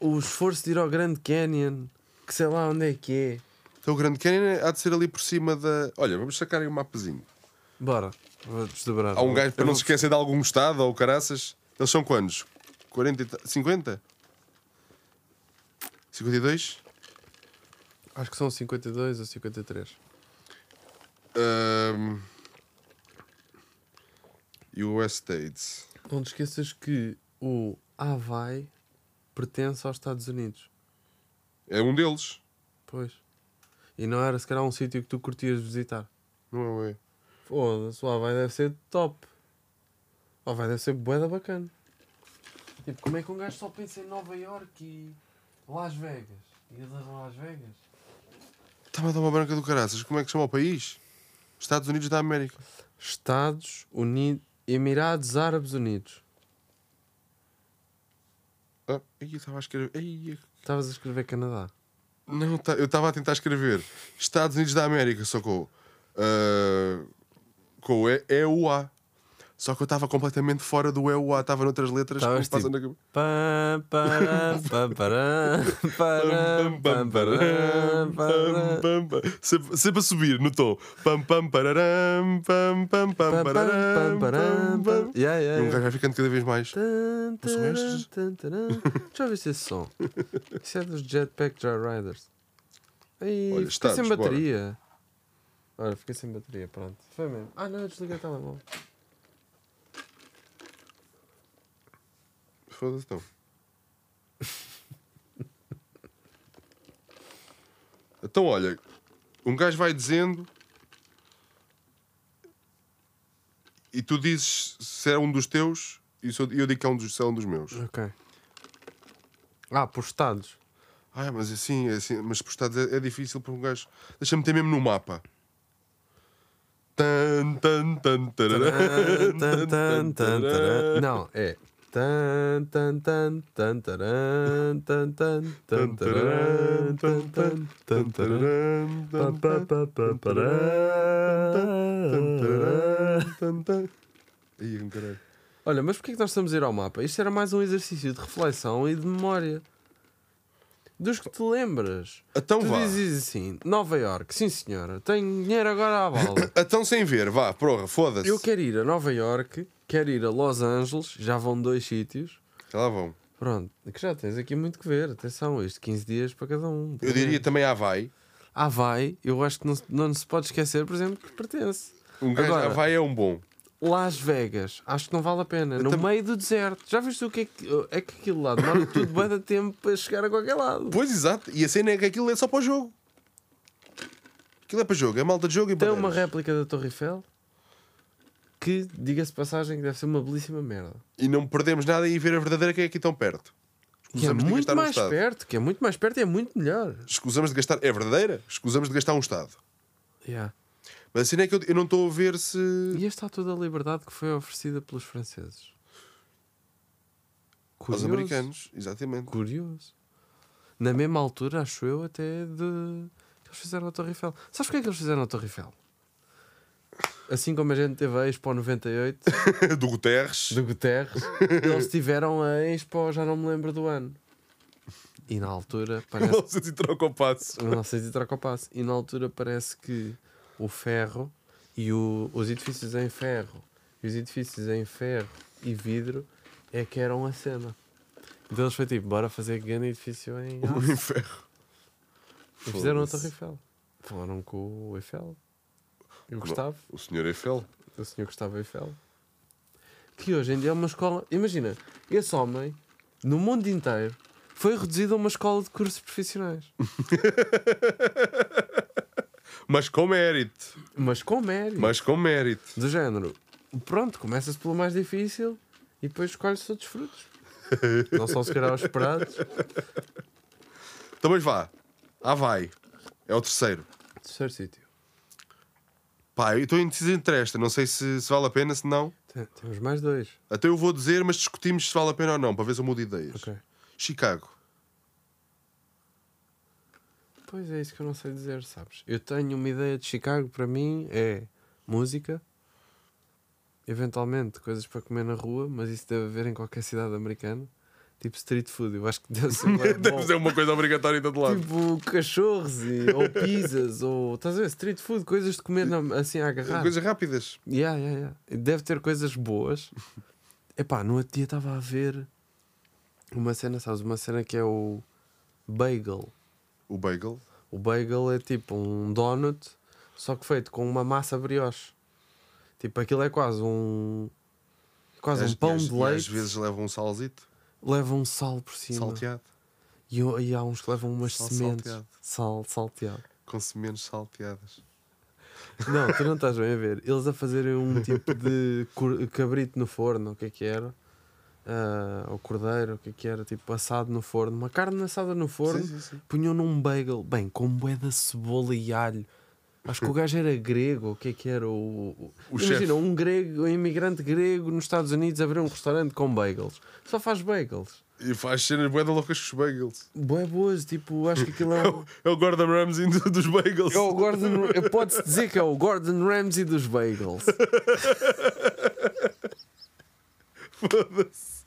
Speaker 1: o esforço de ir ao Grand Canyon, que sei lá onde é que é.
Speaker 2: Então o Grande Canyon há de ser ali por cima da. Olha, vamos sacar aí um mapazinho.
Speaker 1: Bora, vou desdobrar.
Speaker 2: Há um gajo para
Speaker 1: Eu
Speaker 2: não
Speaker 1: vou-
Speaker 2: se esquecer de algum estado ou caraças. Eles são quantos? 40 e ta- 50? 52?
Speaker 1: Acho que são 52 ou 53.
Speaker 2: Ahm, E o West States.
Speaker 1: Não te esqueças que o Hawaii pertence aos Estados Unidos.
Speaker 2: É um deles.
Speaker 1: Pois. E não era se calhar um sítio que tu curtias visitar.
Speaker 2: Não é?
Speaker 1: Foda-se, o Havaí deve ser top. O Havaí deve ser boeda bacana. Tipo, como é que um gajo só pensa em Nova York e Las Vegas? E as Las Vegas?
Speaker 2: Estava a dar Tá, uma branca do caraças. Como é que chama o país? Estados Unidos da América.
Speaker 1: Estados Unidos. Emirados Árabes Unidos.
Speaker 2: Ah, aí eu estava a escrever. Ai,
Speaker 1: Estavas a escrever Canadá.
Speaker 2: Não, tá- eu estava a tentar escrever Estados Unidos da América, socorro. ah, com o E- EUA. Só que eu estava completamente fora do EUA, estava noutras letras
Speaker 1: Estavas
Speaker 2: que me passam
Speaker 1: tipo,
Speaker 2: na cabeça.
Speaker 1: Pam, param, pam, param, param, pam,
Speaker 2: Pam, pam,
Speaker 1: param,
Speaker 2: pararam,
Speaker 1: param.
Speaker 2: pam, pam, pam. Sempre sempre a subir no tom. Pam, pam, pararam, pam, pam,
Speaker 1: Pam,
Speaker 2: pam,
Speaker 1: pam, pam, param,
Speaker 2: pararam, pam,
Speaker 1: pam.
Speaker 2: pam.
Speaker 1: Yeah, yeah,
Speaker 2: E um
Speaker 1: yeah.
Speaker 2: gajo vai ficando cada vez mais.
Speaker 1: Tan,
Speaker 2: Não soubestes?
Speaker 1: taran, tan, taran. Já ouviste esse som? Isso é dos Jetpack Joyriders. Aí,
Speaker 2: Olha,
Speaker 1: fiquei
Speaker 2: estados,
Speaker 1: sem
Speaker 2: bora.
Speaker 1: bateria. Olha, fiquei sem bateria, pronto. Foi mesmo. Ah, não, eu desliguei o telemóvel.
Speaker 2: Foda-se então. Então, olha, um gajo vai dizendo e tu dizes se é um dos teus e se eu eu digo que é um dos, se é um dos meus.
Speaker 1: Ok. Ah, por estados.
Speaker 2: Ah, mas assim, é assim mas por estados é, é difícil para um gajo. Deixa-me ter mesmo no mapa. Tan, tan, tan, tarará,
Speaker 1: Tan, tan, tan, tan,
Speaker 2: tarará.
Speaker 1: taran. Não, é. Tan, tan, tan, tan, taran, tan, tan, tan, taran,
Speaker 2: Tan, tarará,
Speaker 1: tan, tan, tan, taran.
Speaker 2: tan,
Speaker 1: Pa,
Speaker 2: tarará,
Speaker 1: pa,
Speaker 2: tan, tan,
Speaker 1: pa, pa, paran.
Speaker 2: Ih, um caralho.
Speaker 1: Olha, mas porquê é que nós estamos a ir ao mapa? Isto era mais um exercício de reflexão e de memória. Dos que te lembras.
Speaker 2: Então
Speaker 1: tu
Speaker 2: vá.
Speaker 1: dizes assim, Nova York, sim senhora, tenho dinheiro agora à bala.
Speaker 2: Então sem ver, vá, porra, foda-se.
Speaker 1: Eu quero ir a Nova York, quero ir a Los Angeles, já vão dois sítios.
Speaker 2: Já lá vão.
Speaker 1: Pronto, é que já tens aqui muito que ver. Atenção, isto 15 dias para cada um.
Speaker 2: Eu diria também Havaí.
Speaker 1: Havaí, eu acho que não, se- não se pode esquecer, por exemplo, que pertence.
Speaker 2: Um gajo
Speaker 1: Agora-
Speaker 2: Havaí é um bom.
Speaker 1: Las Vegas, acho que não vale a pena. no
Speaker 2: tam-
Speaker 1: meio do deserto. Já viste o que é que, é que aquilo lá demora tudo bem de tempo para chegar a qualquer lado?
Speaker 2: Pois, exato. E a cena é que aquilo é só para o jogo. Aquilo é para jogo, é malta de jogo e
Speaker 1: Tem uma
Speaker 2: bandeiras.
Speaker 1: réplica da Torre Eiffel que, diga-se de passagem, que deve ser uma belíssima merda.
Speaker 2: E não perdemos nada e ver a verdadeira que é aqui tão perto.
Speaker 1: Que é
Speaker 2: de
Speaker 1: muito
Speaker 2: gastar um
Speaker 1: mais
Speaker 2: Estado.
Speaker 1: perto, que é muito mais perto e é muito melhor.
Speaker 2: Escusamos de gastar. É verdadeira? Escusamos de gastar um Estado.
Speaker 1: Yeah.
Speaker 2: Mas a cena é que eu, eu não estou a ver se.
Speaker 1: E a estátua da liberdade que foi oferecida pelos franceses?
Speaker 2: Aos
Speaker 1: Curioso.
Speaker 2: americanos, exatamente.
Speaker 1: Curioso. Na mesma altura, acho eu, até de. que eles fizeram a Torre Eiffel. Sabes porquê é que eles fizeram a Torre Eiffel? Assim como a gente teve a Expo 98
Speaker 2: Do Guterres.
Speaker 1: do Guterres, eles tiveram a Expo, já não me lembro do ano. E na altura, parece.
Speaker 2: Não sei se troca o passo.
Speaker 1: 1900 e troca o passo. E na altura parece que o ferro e o- os edifícios em ferro e os edifícios em ferro e vidro é que eram a cena. Então eles foi tipo, bora fazer grande edifício em aço.
Speaker 2: Um ferro.
Speaker 1: E fizeram a Torre
Speaker 2: Foda-se.
Speaker 1: Eiffel. Falaram com o Eiffel. E o Gustavo,
Speaker 2: O senhor Eiffel.
Speaker 1: o senhor Gustavo Eiffel. Que hoje em dia é uma escola. Imagina, esse homem, no mundo inteiro, foi reduzido a uma escola de cursos profissionais.
Speaker 2: Mas com mérito.
Speaker 1: Mas com mérito.
Speaker 2: Mas com mérito.
Speaker 1: Do género, pronto, começa-se pelo mais difícil e depois escolhe-se outros frutos. Não são se calhar os esperados.
Speaker 2: Então, mas vá. Ah, vai. É o terceiro.
Speaker 1: Terceiro sítio.
Speaker 2: Pá, eu estou indeciso entre esta. Não sei se, se vale a pena, se não.
Speaker 1: Tem- Temos mais dois.
Speaker 2: Até eu vou dizer, mas discutimos se vale a pena ou não, para ver se eu mudo ideias.
Speaker 1: Ok.
Speaker 2: Chicago.
Speaker 1: Pois é, isso que eu não sei dizer, sabes? Eu tenho uma ideia de Chicago, para mim é música, eventualmente coisas para comer na rua, mas isso deve haver em qualquer cidade americana. Tipo street food, eu acho que deve ser bué bom.
Speaker 2: Deve ser uma coisa obrigatória de todo lado.
Speaker 1: Tipo cachorros e, ou pizzas ou estás a ver, street food, coisas de comer na- assim a agarrar.
Speaker 2: Coisas rápidas.
Speaker 1: Yeah, yeah, yeah. Deve ter coisas boas. Epá, no outro dia estava a ver uma cena, sabes? Uma cena que é o bagel.
Speaker 2: O bagel.
Speaker 1: O bagel é tipo um donut, só que feito com uma massa brioche. Tipo, aquilo é quase um. Quase
Speaker 2: Às-
Speaker 1: um pão
Speaker 2: às-
Speaker 1: de
Speaker 2: e Às
Speaker 1: leite.
Speaker 2: vezes leva um salzito.
Speaker 1: Leva um sal por cima.
Speaker 2: Salteado.
Speaker 1: E, o- e há uns que levam umas
Speaker 2: Sal
Speaker 1: sementes.
Speaker 2: salteado.
Speaker 1: Sal salteado.
Speaker 2: Com sementes salteadas.
Speaker 1: Não, tu não estás bem a ver. Eles a fazerem um tipo de cor- cabrito no forno, o que é que era? Ah, ou cordeiro, o que é que era? Tipo assado no forno. Uma carne assada no forno.
Speaker 2: Sim, sim, sim.
Speaker 1: Punham num bagel, bem, com bué da cebola e alho. Acho que o gajo era grego, o que é que era? O, o-
Speaker 2: O
Speaker 1: Imagina,
Speaker 2: chefe.
Speaker 1: um grego, um imigrante grego nos Estados Unidos abrir um restaurante com bagels. Só faz bagels.
Speaker 2: E faz cenas bué da loucas com os bagels.
Speaker 1: Boé boas, tipo, acho que aquilo é.
Speaker 2: É o- É o Gordon Ramsay do- dos bagels.
Speaker 1: É o Gordon. Pode-se dizer que é o Gordon Ramsay dos bagels.
Speaker 2: Foda-se.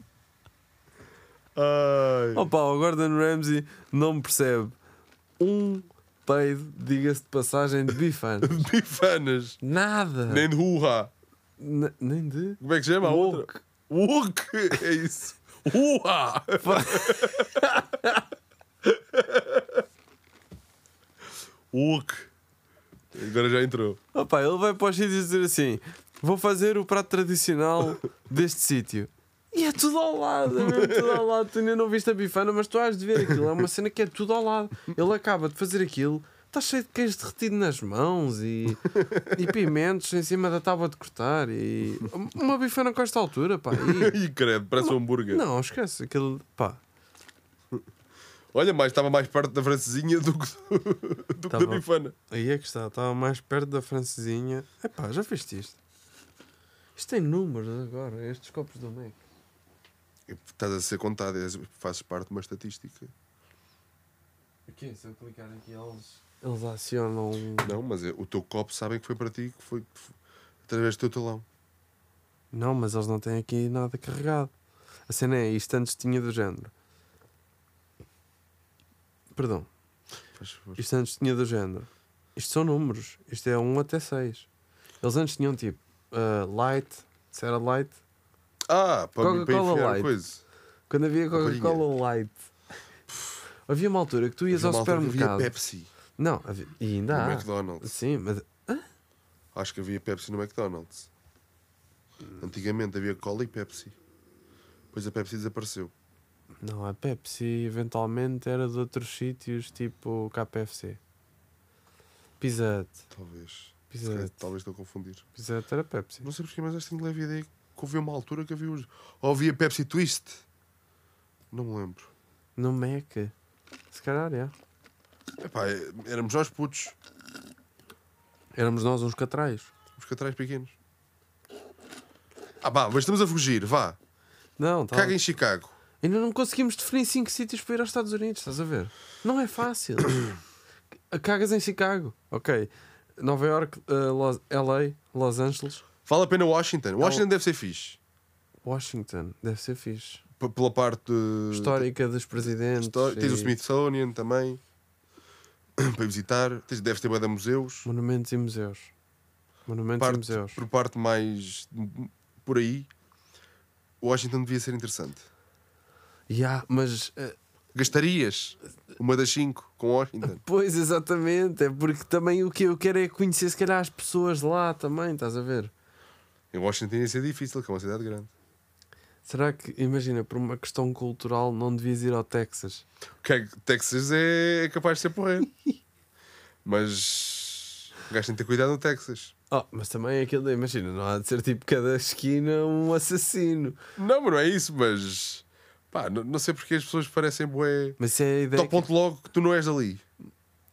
Speaker 2: Ai.
Speaker 1: Opa, o Gordon Ramsay não percebe um peido, diga-se de passagem, de bifana.
Speaker 2: Bifanas.
Speaker 1: Nada!
Speaker 2: Nem de hurra.
Speaker 1: Ne- Nem de.
Speaker 2: Como é que se chama? a outra?
Speaker 1: Woke.
Speaker 2: Woke. É isso. Hurra. Woke. Agora já entrou.
Speaker 1: Opa, ele vai para os sítios dizer assim: vou fazer o prato tradicional deste sítio. E é tudo ao lado, é mesmo tudo ao lado. Tu ainda não viste a bifana, mas tu has de ver aquilo. É uma cena que é tudo ao lado. Ele acaba de fazer aquilo, está cheio de queijo derretido nas mãos e, e pimentos em cima da tábua de cortar. E uma bifana com esta altura, pá. e-
Speaker 2: E credo, parece um hambúrguer.
Speaker 1: Não, esquece. Aquilo, pá,
Speaker 2: Olha, mas estava mais perto da francesinha do que, do que
Speaker 1: Tá
Speaker 2: da
Speaker 1: bom.
Speaker 2: bifana.
Speaker 1: Aí é que está, estava mais perto da francesinha. Epá, já fizeste isto. Isto tem números agora, estes copos do Mac.
Speaker 2: E Estás a ser contado, és- fazes parte de uma estatística.
Speaker 1: Aqui, se eu clicar aqui, eles, eles acionam. um
Speaker 2: Não, mas é- o teu copo sabem que foi para ti, que foi, que foi através do teu talão.
Speaker 1: Não, mas eles não têm aqui nada carregado. A cena é isto antes tinha do género. Perdão,
Speaker 2: Faz favor.
Speaker 1: isto antes tinha do género. Isto são números, isto é 1 até 6. Eles antes tinham tipo ah, light, se era light,
Speaker 2: Ah, para, para
Speaker 1: Coca-Cola
Speaker 2: enfiar
Speaker 1: Light.
Speaker 2: coisa.
Speaker 1: quando havia
Speaker 2: Colinha.
Speaker 1: Coca-Cola light. Havia uma altura que tu ias
Speaker 2: Havia
Speaker 1: ao
Speaker 2: uma altura que
Speaker 1: supermercado. Ah.
Speaker 2: Havia Pepsi
Speaker 1: Não, havia- e
Speaker 2: no
Speaker 1: ainda há.
Speaker 2: McDonald's.
Speaker 1: Sim, mas
Speaker 2: Acho que havia Pepsi no McDonald's. Antigamente havia cola e Pepsi. Depois a Pepsi desapareceu.
Speaker 1: não, a Pepsi eventualmente era de outros sítios, tipo KFC. Pizza Hut.
Speaker 2: Talvez. Se
Speaker 1: Pizza
Speaker 2: calhar,
Speaker 1: Hut.
Speaker 2: Talvez estou a confundir.
Speaker 1: Pizza Hut era Pepsi.
Speaker 2: Não sei porquê, mas acho que tenho leve ideia que havia uma altura que havia os. Ou havia Pepsi Twist. Não me lembro.
Speaker 1: No Mac. Se calhar, é.
Speaker 2: Epá, é- éramos nós putos.
Speaker 1: Éramos nós uns catrais.
Speaker 2: Os catrais pequenos. Ah, vá, mas estamos a fugir, vá.
Speaker 1: Não, tá.
Speaker 2: Caga em Chicago.
Speaker 1: Ainda não conseguimos definir cinco sítios para ir aos Estados Unidos, estás a ver? Não é fácil. Cagas em Chicago. Ok. Nova York, eh, Los- LA, Los Angeles,
Speaker 2: Vale a pena Washington. Washington deve ser fixe.
Speaker 1: Washington. Deve ser fixe.
Speaker 2: P- pela parte de-
Speaker 1: Histórica dos presidentes.
Speaker 2: Histó- Tens o
Speaker 1: e-
Speaker 2: Smithsonian também para visitar. Tens, deves ter bué de museus.
Speaker 1: Monumentos e museus. Monumentos e
Speaker 2: Parte,
Speaker 1: museus.
Speaker 2: por parte mais m- por aí, Washington devia ser interessante.
Speaker 1: Ya, mas. eh,
Speaker 2: Gastarias uma das cinco com Washington.
Speaker 1: pois, exatamente. É porque também o que eu quero é conhecer, se calhar, as pessoas lá também, estás a ver?
Speaker 2: Em Washington ia ser difícil, que é uma cidade grande.
Speaker 1: Será que, imagina, por uma questão cultural, não devias ir ao Texas?
Speaker 2: Que é- Texas é, é capaz de ser porreiro. Mas o gajo tem de ter cuidado no Texas.
Speaker 1: Oh, mas também é aquilo, de- imagina, não há de ser tipo cada esquina um assassino.
Speaker 2: Não, mas não é isso, mas pá, não, não sei porque as pessoas parecem bué.
Speaker 1: Mas se é a ideia.
Speaker 2: Dá ponto logo que tu não és ali.
Speaker 1: que-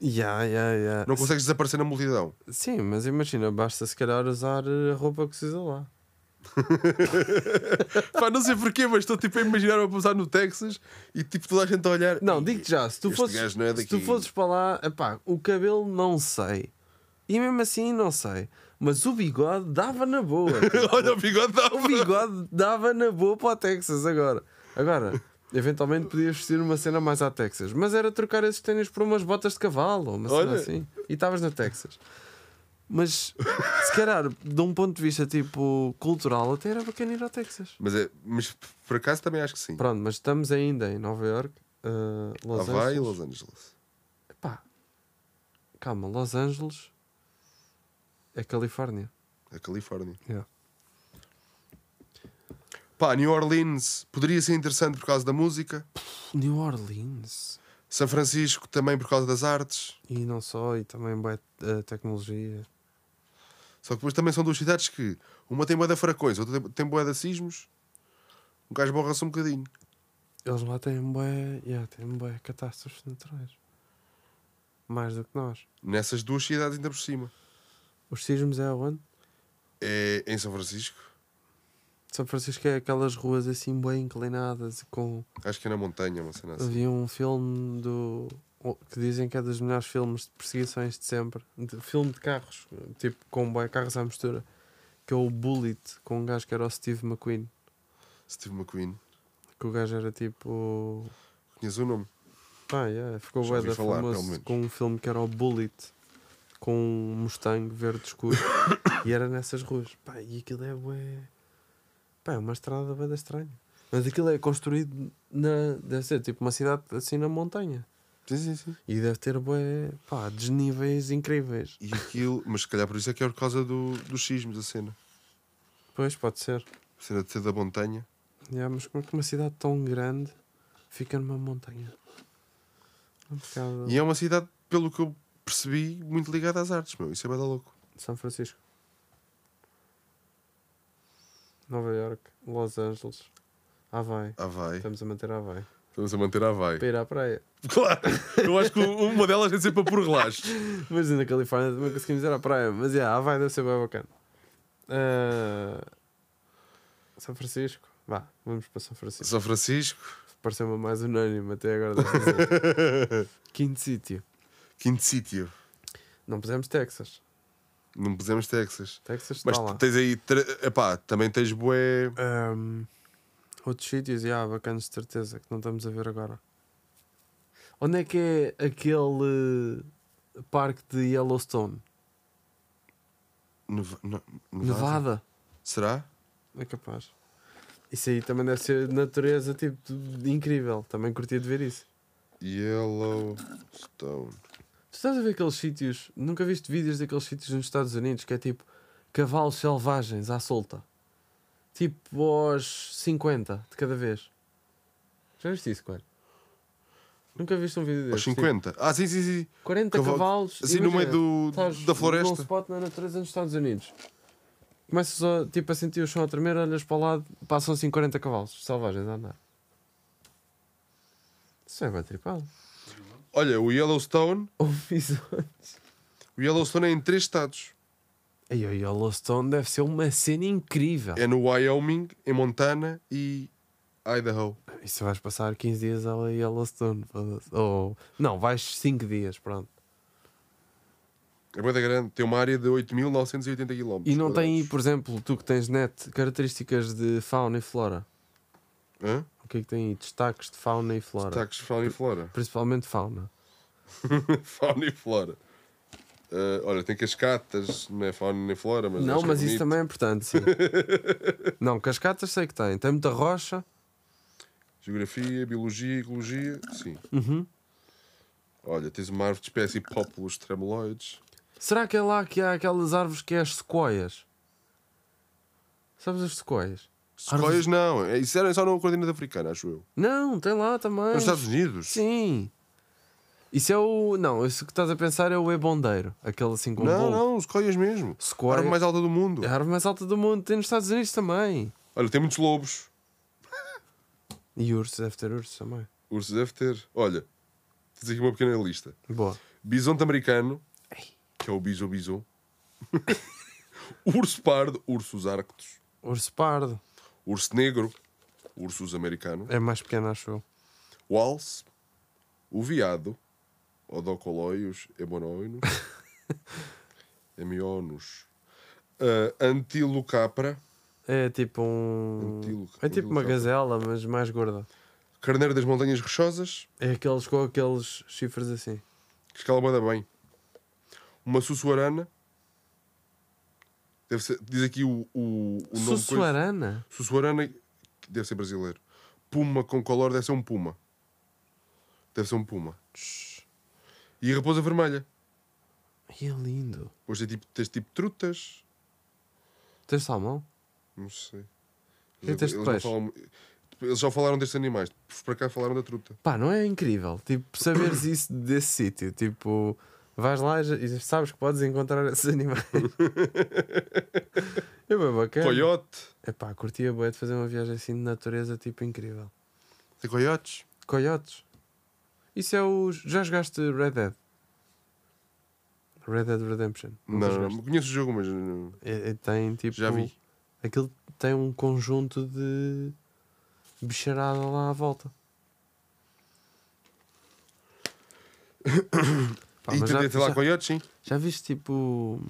Speaker 1: Ya, ya, ya.
Speaker 2: Não consegues desaparecer na multidão.
Speaker 1: Sim, mas imagina, basta se calhar usar eh, a roupa que se usa lá.
Speaker 2: Pá, não sei porquê, mas estou tipo a imaginar-me a pousar no Texas e tipo toda a gente a olhar.
Speaker 1: Não,
Speaker 2: "Ei,
Speaker 1: digo-te já, se tu,
Speaker 2: este
Speaker 1: fosses,
Speaker 2: gajo não é
Speaker 1: se tu
Speaker 2: daqui."
Speaker 1: fosses para lá, epá, o cabelo não sei. E mesmo assim não sei. Mas o bigode dava na boa. tipo,
Speaker 2: Olha o bigode da
Speaker 1: o bigode dava na boa para o Texas agora. Agora, eventualmente podias vestir uma cena mais à Texas. Mas era trocar esses ténis por umas botas de cavalo, ou uma cena
Speaker 2: Olha.
Speaker 1: assim. E estavas na Texas. Mas se calhar, de um ponto de vista tipo cultural, até era bacana ir ao Texas.
Speaker 2: Mas, é, mas por acaso também acho que sim.
Speaker 1: Pronto, mas estamos ainda em Nova York, eh, Los
Speaker 2: Havaí e
Speaker 1: Angeles.
Speaker 2: Los Angeles.
Speaker 1: Pá, calma, Los Angeles é Califórnia.
Speaker 2: A Califórnia.
Speaker 1: Yeah.
Speaker 2: Pá, New Orleans poderia ser interessante por causa da música.
Speaker 1: New Orleans.
Speaker 2: São Francisco também por causa das artes.
Speaker 1: E não só, e também bué, eh, tecnologia.
Speaker 2: Só que depois também são duas cidades que uma tem boeda fracões, outra tem- tem boeda sismos. Um gajo borra-se um bocadinho.
Speaker 1: Eles lá têm bué, yeah, têm bué catástrofes naturais. Mais do que nós.
Speaker 2: Nessas duas cidades ainda por cima.
Speaker 1: Os sismos é onde?
Speaker 2: É em São Francisco.
Speaker 1: São Francisco é aquelas ruas assim bem inclinadas e com.
Speaker 2: Acho que é na montanha, uma cena assim.
Speaker 1: Havia um filme do. o- que dizem que é dos melhores filmes de perseguições de sempre. De, filme de carros, tipo com bué carros à mistura. Que é o Bullet, com um gajo que era o Steve McQueen.
Speaker 2: Steve McQueen.
Speaker 1: Que o gajo era tipo.
Speaker 2: Conheço o nome.
Speaker 1: Ah, yeah, ficou
Speaker 2: Já
Speaker 1: bué
Speaker 2: ouvi
Speaker 1: da
Speaker 2: falar, pelo
Speaker 1: famoso
Speaker 2: menos.
Speaker 1: com um filme que era o Bullet com um Mustang verde escuro e era nessas ruas. Pá, e aquilo é bué... Pá, é uma estrada bué da estranha. Mas aquilo é construído na... deve ser tipo uma cidade assim na montanha.
Speaker 2: Sim, sim, sim.
Speaker 1: E deve ter bué... pá, desníveis incríveis.
Speaker 2: E aquilo, mas se calhar por isso é que é por causa do, dos sismos, a cena.
Speaker 1: Pois, pode ser.
Speaker 2: A cena de ser da montanha.
Speaker 1: Yeah, mas como é que uma cidade tão grande fica numa montanha? Um bocado...
Speaker 2: E é uma cidade, pelo que eu percebi, muito ligada às artes, meu. Isso é bada louco.
Speaker 1: São Francisco. Nova York, Los Angeles, Havaí.
Speaker 2: Havaí.
Speaker 1: Estamos a manter Havaí.
Speaker 2: Estamos a manter Havaí.
Speaker 1: Para ir à praia.
Speaker 2: Claro. Eu acho que uma delas é sempre por relaxo.
Speaker 1: Mas na Califórnia também conseguimos ir à praia. Mas yeah, Havaí deve ser bem bacana. Ah, São Francisco. Vá, vamos para São Francisco.
Speaker 2: São Francisco,
Speaker 1: Pareceu-me mais unânime até agora. desta vez. Quinto sítio.
Speaker 2: quinto sítio.
Speaker 1: Não pusemos Texas.
Speaker 2: Não pusemos Texas.
Speaker 1: Texas está
Speaker 2: Mas
Speaker 1: lá.
Speaker 2: tens aí. tre- Epá, também tens bué.
Speaker 1: Ahm, outros sítios, e há bacanas de certeza que não estamos a ver agora. Onde é que é aquele eh, parque de Yellowstone?
Speaker 2: Neva- ne- Nevada?
Speaker 1: Nevada?
Speaker 2: Será?
Speaker 1: É capaz. Isso aí também deve ser natureza tipo de- incrível. Também curtia de ver isso.
Speaker 2: Yellowstone.
Speaker 1: Tu estás a ver aqueles sítios? Nunca viste vídeos daqueles sítios nos Estados Unidos que é tipo cavalos selvagens à solta. Tipo aos 50 de cada vez. Já viste isso, Claro? Nunca viste um vídeo
Speaker 2: Aos
Speaker 1: desses? tipo,
Speaker 2: 50. Ah, sim, sim, sim.
Speaker 1: 40
Speaker 2: Cavalo-
Speaker 1: cavalos.
Speaker 2: Assim no meio
Speaker 1: imagina,
Speaker 2: do,
Speaker 1: estás
Speaker 2: da
Speaker 1: Num
Speaker 2: floresta.
Speaker 1: spot na natureza nos Estados Unidos. Começas a, tipo, a sentir o chão a tremer, olhas para o lado, passam assim 40 cavalos selvagens a andar. Isso é Um bem tripado.
Speaker 2: Olha, o Yellowstone.
Speaker 1: Houve isso.
Speaker 2: O Yellowstone é em três estados.
Speaker 1: Ei, o Yellowstone deve ser uma cena incrível.
Speaker 2: É no Wyoming, em Montana e Idaho.
Speaker 1: E se vais passar 15 dias a Yellowstone? foda-se. Ou... Não, vais 5 dias, pronto.
Speaker 2: É bué da grande. Tem uma área de 8.980 km.
Speaker 1: E não tem, por exemplo, tu que tens net, características de fauna e flora.
Speaker 2: Hã? Tá,
Speaker 1: O que é que tem aí? Destaques de fauna e flora.
Speaker 2: Destaques de fauna e flora.
Speaker 1: Principalmente fauna.
Speaker 2: fauna e flora. Ah, olha, tem cascatas, não é fauna nem flora, mas.
Speaker 1: não,
Speaker 2: acho
Speaker 1: mas
Speaker 2: que é
Speaker 1: isso
Speaker 2: bonito.
Speaker 1: também é importante. sim. não, cascatas sei que tem. Tem muita rocha.
Speaker 2: Geografia, biologia, ecologia, sim.
Speaker 1: Uhum.
Speaker 2: Olha, tens uma árvore de espécie Populus tremoloides.
Speaker 1: Será que é lá que há aquelas árvores que é as sequoias? Sabes as sequoias?
Speaker 2: Sequoias não, é- isso era só no continente africano, acho eu.
Speaker 1: Não, tem lá também.
Speaker 2: Nos Estados Unidos?
Speaker 1: Sim. Isso é o. Não, isso que estás a pensar é o ebondeiro. Aquele assim com
Speaker 2: não,
Speaker 1: bolo.
Speaker 2: não, sequoias mesmo.
Speaker 1: Sequoia-
Speaker 2: A árvore mais alta do mundo.
Speaker 1: É a árvore mais alta do mundo. Tem nos Estados Unidos também.
Speaker 2: Olha, tem muitos lobos.
Speaker 1: E ursos, deve ter ursos também.
Speaker 2: Urso deve ter. Olha, tens aqui uma pequena lista:
Speaker 1: Boa.
Speaker 2: bisonte americano, que é o bison bison. urso pardo, ursos árcticos.
Speaker 1: Urso pardo.
Speaker 2: Urso Negro, Ursus Americano,
Speaker 1: É mais pequeno, acho eu.
Speaker 2: o Alce, o Viado, Odocoloios Ebonoinos, Hemionus, uh, Antilocapra,
Speaker 1: É tipo um.
Speaker 2: Antílope,
Speaker 1: é tipo uma
Speaker 2: antílope.
Speaker 1: gazela, mas mais gorda.
Speaker 2: Carneiro das Montanhas Rochosas,
Speaker 1: É aqueles com aqueles chifres assim.
Speaker 2: que escala banda bem, uma Sussuarana, deve ser- diz aqui o, o, o nome. coisa-
Speaker 1: Sussuarana?
Speaker 2: Sussuarana, que deve ser brasileiro. Puma com color, deve ser um puma. Deve ser um puma. E a raposa vermelha.
Speaker 1: Ai, é lindo.
Speaker 2: Hoje é tipo, tens tipo trutas.
Speaker 1: Tens salmão?
Speaker 2: Não sei.
Speaker 1: E tens de
Speaker 2: não
Speaker 1: peixe?
Speaker 2: falam- eles já falaram destes animais. Para cá falaram da truta.
Speaker 1: Pá, não é incrível? Tipo, saberes isso desse sítio. Tipo, vais lá e já- e sabes que podes encontrar esses animais. é bem bacana.
Speaker 2: Coiote.
Speaker 1: É pá, curtia boa de fazer uma viagem assim de natureza, tipo, incrível.
Speaker 2: Tem coiotes.
Speaker 1: Coiotes. Isso é o. Já jogaste Red Dead? Red Dead Redemption. Nunca
Speaker 2: Não,
Speaker 1: jogaste?
Speaker 2: não, conheço o jogo, mas não-
Speaker 1: É- é- tem tipo.
Speaker 2: já vi.
Speaker 1: Aquilo tem um conjunto de bicharada lá à volta. Pá,
Speaker 2: e
Speaker 1: mas já,
Speaker 2: tentei lá
Speaker 1: já-
Speaker 2: com iotes, sim.
Speaker 1: já viste tipo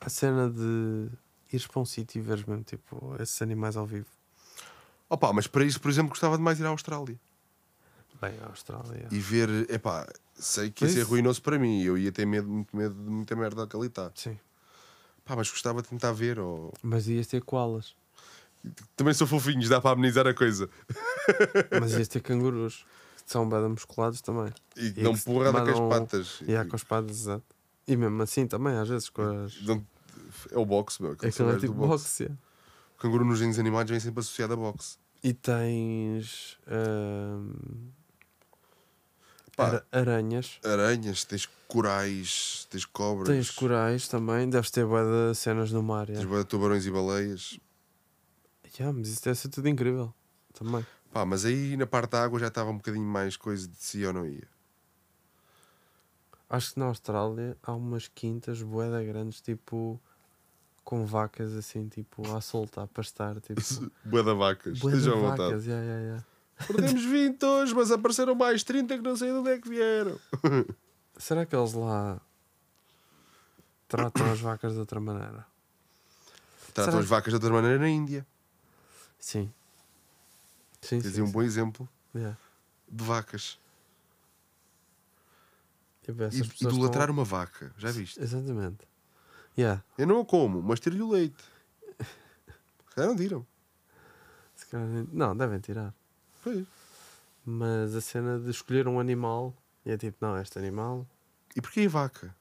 Speaker 1: a cena de ires para um sítio e veres mesmo tipo esses animais ao vivo?
Speaker 2: Opa, mas para isso, por exemplo, gostava de mais ir à Austrália.
Speaker 1: Bem, a Austrália.
Speaker 2: E ver, epá, sei que ia
Speaker 1: Mas
Speaker 2: ser
Speaker 1: isso-
Speaker 2: ruinoso para mim. Eu ia ter medo, muito medo de muita merda que ali está.
Speaker 1: Sim.
Speaker 2: Pá, mas gostava de tentar ver. Ou...
Speaker 1: Mas ias ter koalas.
Speaker 2: Também sou fofinhos, dá para amenizar a coisa.
Speaker 1: Mas ias ter cangurus. Que são bada musculados também.
Speaker 2: E,
Speaker 1: E
Speaker 2: dão
Speaker 1: É que se
Speaker 2: porrada com as
Speaker 1: mandam-
Speaker 2: patas.
Speaker 1: E há com as espadas, exato. E mesmo assim também, às vezes, com as.
Speaker 2: Dão- É o boxe, meu. aquele
Speaker 1: Aquilo é
Speaker 2: gajo do
Speaker 1: tipo
Speaker 2: boxe.
Speaker 1: boxe. é.
Speaker 2: O canguru nos desenhos animados vem sempre associado a boxe.
Speaker 1: E tens. ahm,
Speaker 2: Pá.
Speaker 1: ara- aranhas.
Speaker 2: Aranhas, tens corais, tens cobras.
Speaker 1: Tens corais é. também. Deves ter bué de cenas no mar.
Speaker 2: Tens
Speaker 1: Yeah.
Speaker 2: bué de tubarões e baleias.
Speaker 1: Yeah, mas isso deve ser tudo incrível. Também.
Speaker 2: Pá, mas aí na parte da água já estava um bocadinho mais coisa de si ou não ia.
Speaker 1: Acho que na Austrália há umas quintas boeda grandes, tipo. Com vacas assim, tipo, à solta, a pastar. Tipo,
Speaker 2: Bué da vacas,
Speaker 1: bué de
Speaker 2: estejam à é vontade.
Speaker 1: vacas. Yeah, yeah, yeah.
Speaker 2: Perdemos 20 hoje, mas apareceram mais 30 que não sei de onde é que vieram.
Speaker 1: Será que eles lá. Tratam as vacas de outra maneira?
Speaker 2: Tratam
Speaker 1: Será-
Speaker 2: as vacas de outra maneira na Índia.
Speaker 1: Sim. Sim,
Speaker 2: Tens
Speaker 1: sim,
Speaker 2: aí um
Speaker 1: sim.
Speaker 2: bom exemplo
Speaker 1: Yeah.
Speaker 2: de vacas.
Speaker 1: Tipo, essas
Speaker 2: E-
Speaker 1: pessoas estão-
Speaker 2: Idolatrar uma vaca, já viste?
Speaker 1: Exatamente. Yeah,
Speaker 2: Eu não a como, mas tiro-lhe o leite. Se calhar não tiram.
Speaker 1: se calhar nem- Não, devem tirar.
Speaker 2: Pois.
Speaker 1: Mas a cena de escolher um animal e é tipo, não, este animal.
Speaker 2: E porquê a vaca?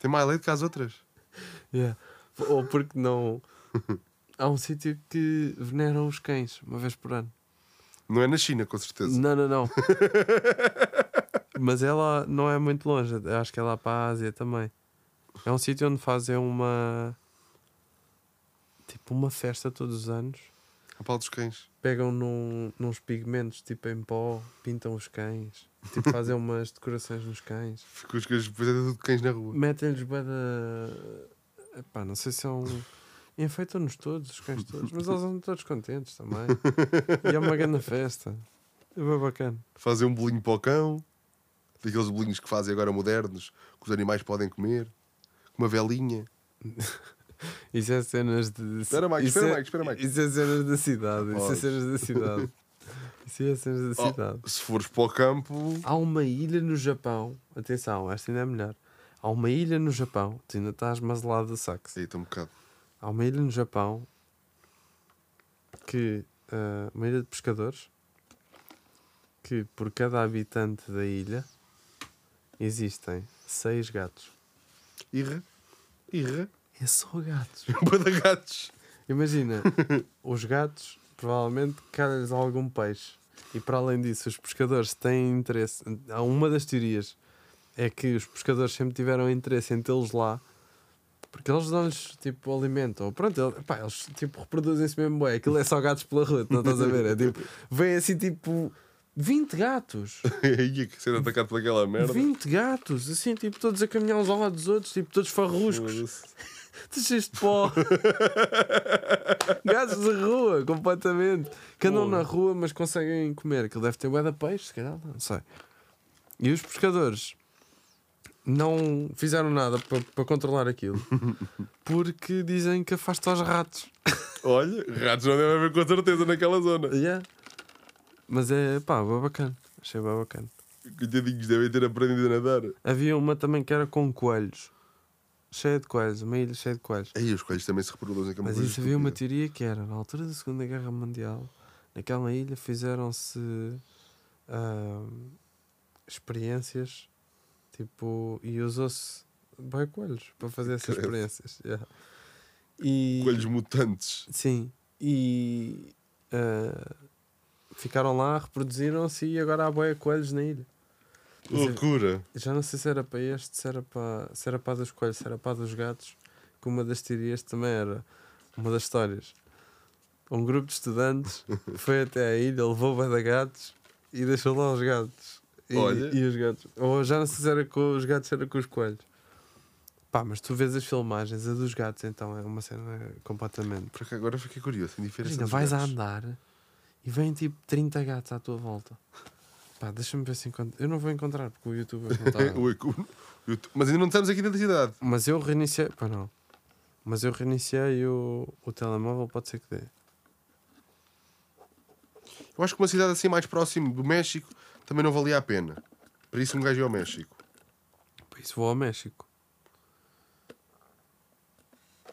Speaker 2: Tem mais leite que as outras.
Speaker 1: Yeah. Ou porque não. Há um sítio que veneram os cães uma vez por ano.
Speaker 2: Não é na China, com certeza.
Speaker 1: Não, não, não. Mas ela não é muito longe. eu Acho que é lá para a Ásia também. É um sítio onde fazem uma. Tipo, uma festa todos os anos.
Speaker 2: A pau dos cães.
Speaker 1: pegam num, nos pigmentos tipo em pó, pintam os cães, tipo, fazem umas decorações nos cães,
Speaker 2: Ficam os cães, depois é tudo cães na rua.
Speaker 1: metem-lhes bué da. Epá, não sei se são. Enfeitam-nos todos, os cães todos, mas eles andam todos contentes também. E é uma grande festa. É bem bacana.
Speaker 2: Fazem um bolinho para o cão. Daqueles bolinhos que fazem agora modernos, que os animais podem comer. Com uma velinha.
Speaker 1: Isso é cenas de.
Speaker 2: Espera, Mike,
Speaker 1: isso
Speaker 2: espera,
Speaker 1: é-
Speaker 2: Mike, espera, Mike.
Speaker 1: Isso é cenas da cidade. Isso é
Speaker 2: Podes.
Speaker 1: cenas da cidade. Isso é cenas da
Speaker 2: Oh,
Speaker 1: cidade.
Speaker 2: se fores para o campo,
Speaker 1: Há uma ilha no Japão. Atenção, esta ainda é melhor. Há uma ilha no Japão. Tu ainda estás mazelado do saxo.
Speaker 2: Aí está um bocado.
Speaker 1: Há uma ilha no Japão que. ah, uma ilha de pescadores. Que por cada habitante da ilha existem seis gatos.
Speaker 2: Irra. Irra.
Speaker 1: É só gatos.
Speaker 2: Boa de gatos.
Speaker 1: Imagina, os gatos provavelmente calhas algum peixe. E para além disso, os pescadores têm interesse. Há uma das teorias é que os pescadores sempre tiveram interesse em tê-los lá porque eles dão-lhes tipo alimento. Ou pronto, ele- pá, eles tipo reproduzem-se mesmo bem. Aquilo é só gatos pela rua, não estás a ver? É tipo, vem assim tipo 20 gatos.
Speaker 2: Ia que ser atacado por aquela merda.
Speaker 1: 20 gatos, assim, tipo, todos a caminhar uns ao lado dos outros, tipo, todos farruscos.
Speaker 2: Foda-se.
Speaker 1: Tu cheios de pó. Gatos de rua, completamente. Que andam na rua, mas conseguem comer. Aquilo deve ter bué de peixe, se calhar, não sei. E os pescadores não fizeram nada para controlar aquilo porque dizem que afasta os ratos.
Speaker 2: Olha, ratos não deve haver com certeza naquela zona.
Speaker 1: Yeah. Mas é pá, bué bacana. Achei bem bacana.
Speaker 2: Coitadinhos, devem ter aprendido a nadar.
Speaker 1: Havia uma também que era com coelhos. Cheia de coelhos, uma ilha cheia de coelhos.
Speaker 2: Aí os coelhos também se reproduzem que é uma
Speaker 1: Mas
Speaker 2: coisa
Speaker 1: isso havia uma
Speaker 2: estúpida.
Speaker 1: teoria que era, na altura da Segunda Guerra Mundial, naquela ilha fizeram-se ahm, experiências, tipo, e usou-se bem coelhos para fazer essas
Speaker 2: Credo.
Speaker 1: experiências. yeah. E,
Speaker 2: Coelhos mutantes.
Speaker 1: Sim, e ah, ficaram lá, reproduziram-se e agora há boia coelhos na ilha. Mas é- eu-
Speaker 2: Loucura.
Speaker 1: Já não sei se era para este, se era para, se era para a dos coelhos, se era para a dos gatos, que uma das teorias também era uma das histórias. Um grupo de estudantes foi até à ilha, levou bué de gatos e deixou lá os gatos. E,
Speaker 2: Olha.
Speaker 1: e os gatos. Ou já não sei se era com os gatos, se era com os coelhos. Pá, mas tu vês as filmagens, a dos gatos, então é uma cena completamente.
Speaker 2: Porque agora fiquei curioso. Tem diferença
Speaker 1: Imagina,
Speaker 2: dos
Speaker 1: vais a
Speaker 2: gatos.
Speaker 1: andar e vêm tipo 30 gatos à tua volta. Pá, deixa-me ver se encontro. Eu não vou encontrar porque o YouTube não está.
Speaker 2: É, o Ecu- o YouTube- Mas ainda não estamos aqui dentro da cidade.
Speaker 1: Mas eu reiniciei. Pá, não. Mas eu reiniciei o, o telemóvel, pode ser que dê.
Speaker 2: Eu acho que uma cidade assim mais próxima do México também não valia a pena. Para isso um gajo ia ao México.
Speaker 1: Por isso vou ao México.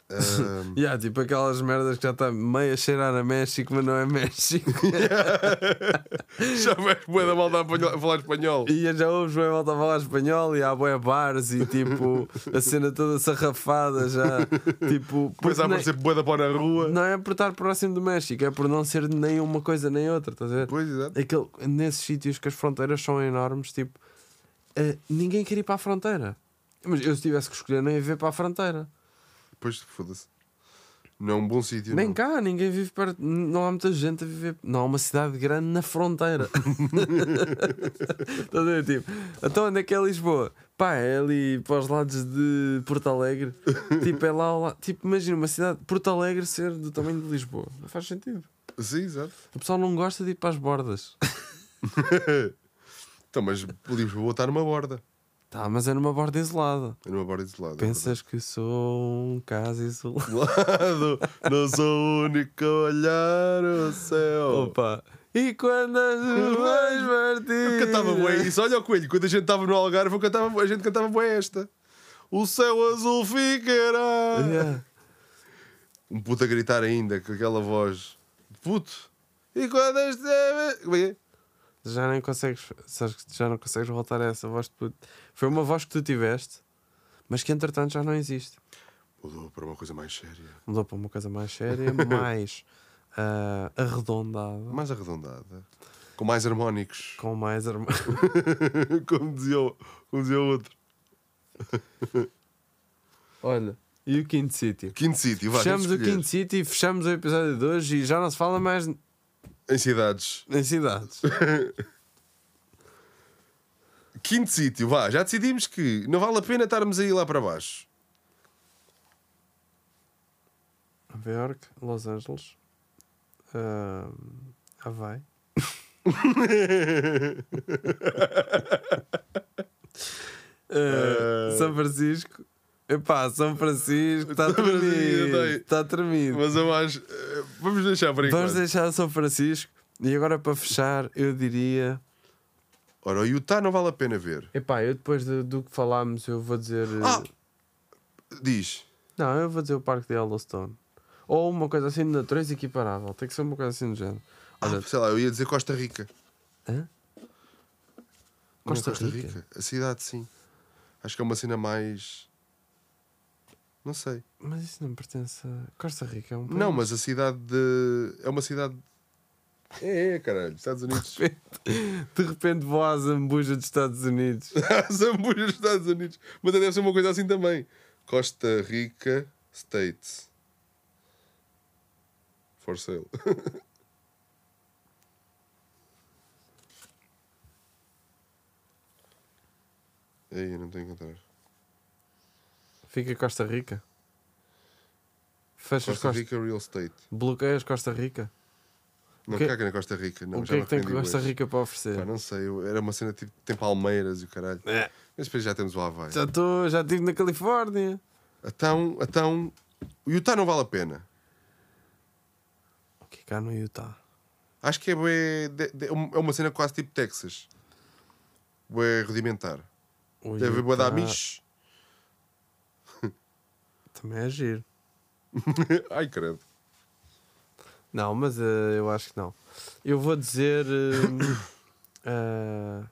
Speaker 2: Ahm,
Speaker 1: E há tipo aquelas merdas que já está meio a cheirar a México, mas não é México.
Speaker 2: já vais boa da malta a apanhar- a falar espanhol.
Speaker 1: E já ouves bem volta a falar espanhol e há bué bares e tipo a cena toda sarrafada já. Tipo,
Speaker 2: Depois
Speaker 1: porque
Speaker 2: há
Speaker 1: nem-
Speaker 2: aparecer boa da pó na rua.
Speaker 1: Não é por estar próximo do México, é por não ser nem uma coisa nem outra, estás a ver?
Speaker 2: Pois, exato.
Speaker 1: Aquele, nesses sítios que as fronteiras são enormes, tipo, eh, ninguém quer ir para a fronteira. Mas eu se tivesse que escolher, não ia ver para a fronteira.
Speaker 2: Pois, foda-se. Não é um bom sítio.
Speaker 1: nem
Speaker 2: não.
Speaker 1: cá, ninguém vive perto. Não há muita gente a viver. Não há uma cidade grande na fronteira. Estás a ver? Tipo, então onde é que é Lisboa? Pá, é ali para os lados de Porto Alegre. tipo, é lá, ao la- Tipo, imagina uma cidade, Porto Alegre, ser do tamanho de Lisboa. Não faz sentido.
Speaker 2: Sim, exato.
Speaker 1: O pessoal não gosta de ir para as bordas.
Speaker 2: Então, mas Lisboa está numa borda.
Speaker 1: Tá, mas é numa borda isolada.
Speaker 2: É numa borda isolada.
Speaker 1: Pensas que sou um caso isolado.
Speaker 2: Lado, não sou o único a olhar o céu.
Speaker 1: Opa! E quando as nuvens partir?
Speaker 2: Eu cantava bué isso. Olha o coelho, quando a gente estava no Algarve, eu cantava, a gente cantava bué esta. O céu azul ficará.
Speaker 1: Yeah.
Speaker 2: Um puto a gritar ainda com aquela voz. Puto. E quando as esteve- Como é que é?
Speaker 1: Já nem consegues. Sabes que já não consegues voltar a essa voz de puto. Foi uma voz que tu tiveste, mas que entretanto já não existe.
Speaker 2: Mudou para uma coisa mais séria.
Speaker 1: Mudou para uma coisa mais séria, mais ah, arredondada,
Speaker 2: Mais arredondada. Com mais harmónicos.
Speaker 1: com mais harmo-
Speaker 2: como, dizia, o- como dizia o outro.
Speaker 1: Olha, e o quinto sítio?
Speaker 2: Quinto sítio, vai.
Speaker 1: Fechamos o
Speaker 2: vamos escolher.
Speaker 1: quinto sítio e fechamos o episódio de hoje e já não se fala mais
Speaker 2: Em cidades.
Speaker 1: Em cidades.
Speaker 2: Quinto sítio, vá. Já decidimos que não vale a pena estarmos aí lá para baixo.
Speaker 1: Nova York, Los Angeles, ah, ahm, Havaí. Ah, São Francisco. Epá, São Francisco está
Speaker 2: São Francisco,
Speaker 1: tremido.
Speaker 2: tem.
Speaker 1: Está tremido.
Speaker 2: Mas eu acho. eh, Vamos deixar para
Speaker 1: Vamos
Speaker 2: enquanto.
Speaker 1: deixar São Francisco. E agora para fechar, eu diria.
Speaker 2: Ora, o Utah não vale a pena ver.
Speaker 1: Epá, eu depois do, do que falámos, eu vou dizer. eh,
Speaker 2: Ah! Diz.
Speaker 1: Não, eu vou dizer o Parque de Yellowstone. Ou uma coisa assim de natureza equiparável. Tem que ser uma coisa assim do género.
Speaker 2: Ah,
Speaker 1: Olha-
Speaker 2: sei lá, eu ia dizer Costa Rica.
Speaker 1: Hã?
Speaker 2: Não é
Speaker 1: Costa Rica?
Speaker 2: A cidade, sim. Acho que é uma cena mais. Não sei.
Speaker 1: Mas isso não pertence a. Costa Rica é um país.
Speaker 2: Não, mas a cidade de. É uma cidade. É, é, caralho. Estados Unidos.
Speaker 1: De repente vou à Zambuja dos Estados Unidos.
Speaker 2: Zambuja, Estados Unidos. Mas deve ser uma coisa assim também. Costa Rica States. For sale. Aí, eu não estou a encontrar.
Speaker 1: Fica Costa Rica. Fechas
Speaker 2: Costa
Speaker 1: Costa
Speaker 2: Rica Real Estate.
Speaker 1: Bloqueias Costa Rica.
Speaker 2: Não,
Speaker 1: Que- é
Speaker 2: caca na Costa Rica. Não,
Speaker 1: o
Speaker 2: já
Speaker 1: que é
Speaker 2: me
Speaker 1: que tem
Speaker 2: arrependi
Speaker 1: Costa
Speaker 2: hoje.
Speaker 1: Rica para
Speaker 2: Pá,
Speaker 1: oferecer?
Speaker 2: não sei, eu- era uma cena tipo. Tem palmeiras e o caralho.
Speaker 1: É,
Speaker 2: Mas depois já temos o Havaí.
Speaker 1: já estou, já estive na Califórnia.
Speaker 2: Então, então. O Utah não vale a pena.
Speaker 1: O que é cá no Utah?
Speaker 2: Acho que é, bué- de- de- é uma cena quase tipo Texas. Bué rudimentar.
Speaker 1: O
Speaker 2: Deve haver bué de
Speaker 1: Utah
Speaker 2: Amish.
Speaker 1: Também é giro.
Speaker 2: Ai, credo.
Speaker 1: Não, mas eh, eu acho que não. Eu vou dizer. hum, eh,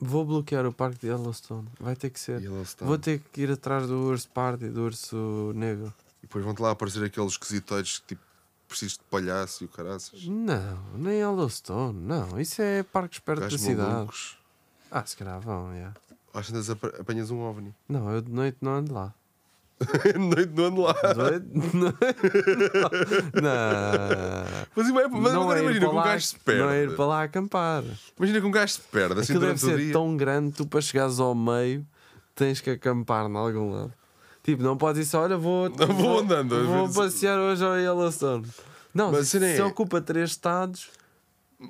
Speaker 1: vou bloquear o parque de Yellowstone. Vai ter que ser.
Speaker 2: E elas estão.
Speaker 1: Vou ter que ir atrás do urso pardo e do urso negro.
Speaker 2: E depois vão-te lá aparecer aqueles esquisitoides que tipo. Preciso de palhaço e o caraças.
Speaker 1: Não, nem Yellowstone, não. Isso é parques perto da
Speaker 2: Gajos
Speaker 1: cidade.
Speaker 2: malucos.
Speaker 1: Ah, se calhar vão, yeah.
Speaker 2: Às tantas apa- apanhas um ovni.
Speaker 1: Não, eu de noite não ando lá.
Speaker 2: Noite não ando lá.
Speaker 1: Doido? não.
Speaker 2: Mas, ima- mas
Speaker 1: não
Speaker 2: agora
Speaker 1: é ir
Speaker 2: imagina
Speaker 1: para
Speaker 2: que um
Speaker 1: lá-
Speaker 2: gajo se perde.
Speaker 1: Não é ir para lá acampar.
Speaker 2: Imagina que um gajo se perde assim
Speaker 1: Aquilo deve
Speaker 2: durante o
Speaker 1: ser
Speaker 2: dia.
Speaker 1: tão grande, tu para chegares ao meio tens que acampar em algum lado. Tipo, não podes ir só, olha, vou,
Speaker 2: Não, vou andando, às
Speaker 1: vou
Speaker 2: vezes-
Speaker 1: passear hoje ao Yellowstone. Não,
Speaker 2: Mas a
Speaker 1: se,
Speaker 2: cena é-
Speaker 1: ocupa três estados,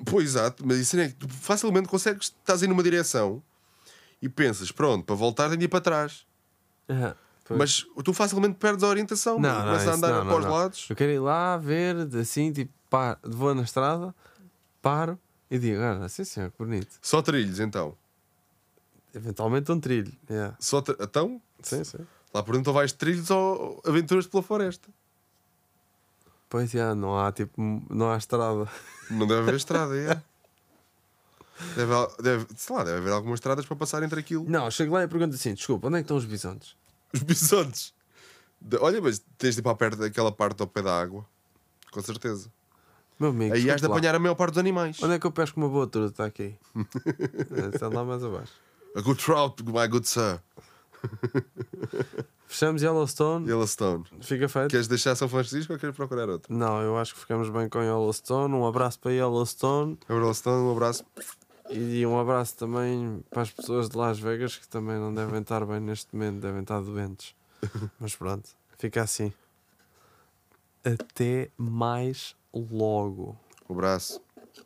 Speaker 2: Pois exato, mas isso é que tu facilmente consegues, estás aí numa direção e pensas, pronto, para voltar tenho de ir para trás.
Speaker 1: Ah, pois.
Speaker 2: Mas tu facilmente perdes a orientação,
Speaker 1: Não,
Speaker 2: mano.
Speaker 1: não,
Speaker 2: começas a
Speaker 1: isso
Speaker 2: andar
Speaker 1: não, não,
Speaker 2: para os
Speaker 1: não.
Speaker 2: lados.
Speaker 1: eu quero ir lá ver, assim, tipo, pá, vou na estrada, paro e digo, ah, sim senhor, que bonito.
Speaker 2: Só trilhos então.
Speaker 1: Eventualmente um trilho. yeah.
Speaker 2: Só tri- Então,
Speaker 1: Sim, sim.
Speaker 2: lá por dentro ou vais trilhos ou aventuras pela floresta.
Speaker 1: Pois já, não há tipo, não há estrada.
Speaker 2: Não deve haver estrada, é. Deve, deve, sei lá, deve haver algumas estradas para passar entre aquilo.
Speaker 1: Não, chego lá e pergunto assim: desculpa, onde é que estão os bisontes?
Speaker 2: Os bisontes. De- Olha, mas tens de ir para perto daquela parte ao pé da água. Com certeza.
Speaker 1: Meu amigo,
Speaker 2: Aí has de
Speaker 1: desculpe lá.
Speaker 2: apanhar a maior parte dos animais.
Speaker 1: Onde é que eu pesco uma boa truta? Está aqui. É, Está lá mais abaixo.
Speaker 2: A good trout, my good sir.
Speaker 1: Fechamos Yellowstone,
Speaker 2: Yellowstone.
Speaker 1: fica feito.
Speaker 2: Queres deixar São Francisco ou queres procurar outro?
Speaker 1: Não, eu acho que ficamos bem com Yellowstone. Um abraço para Yellowstone
Speaker 2: Yellowstone, um abraço.
Speaker 1: e um abraço também para as pessoas de Las Vegas que também não devem estar bem neste momento, devem estar doentes. Mas pronto, fica assim. Até mais logo.
Speaker 2: Um abraço.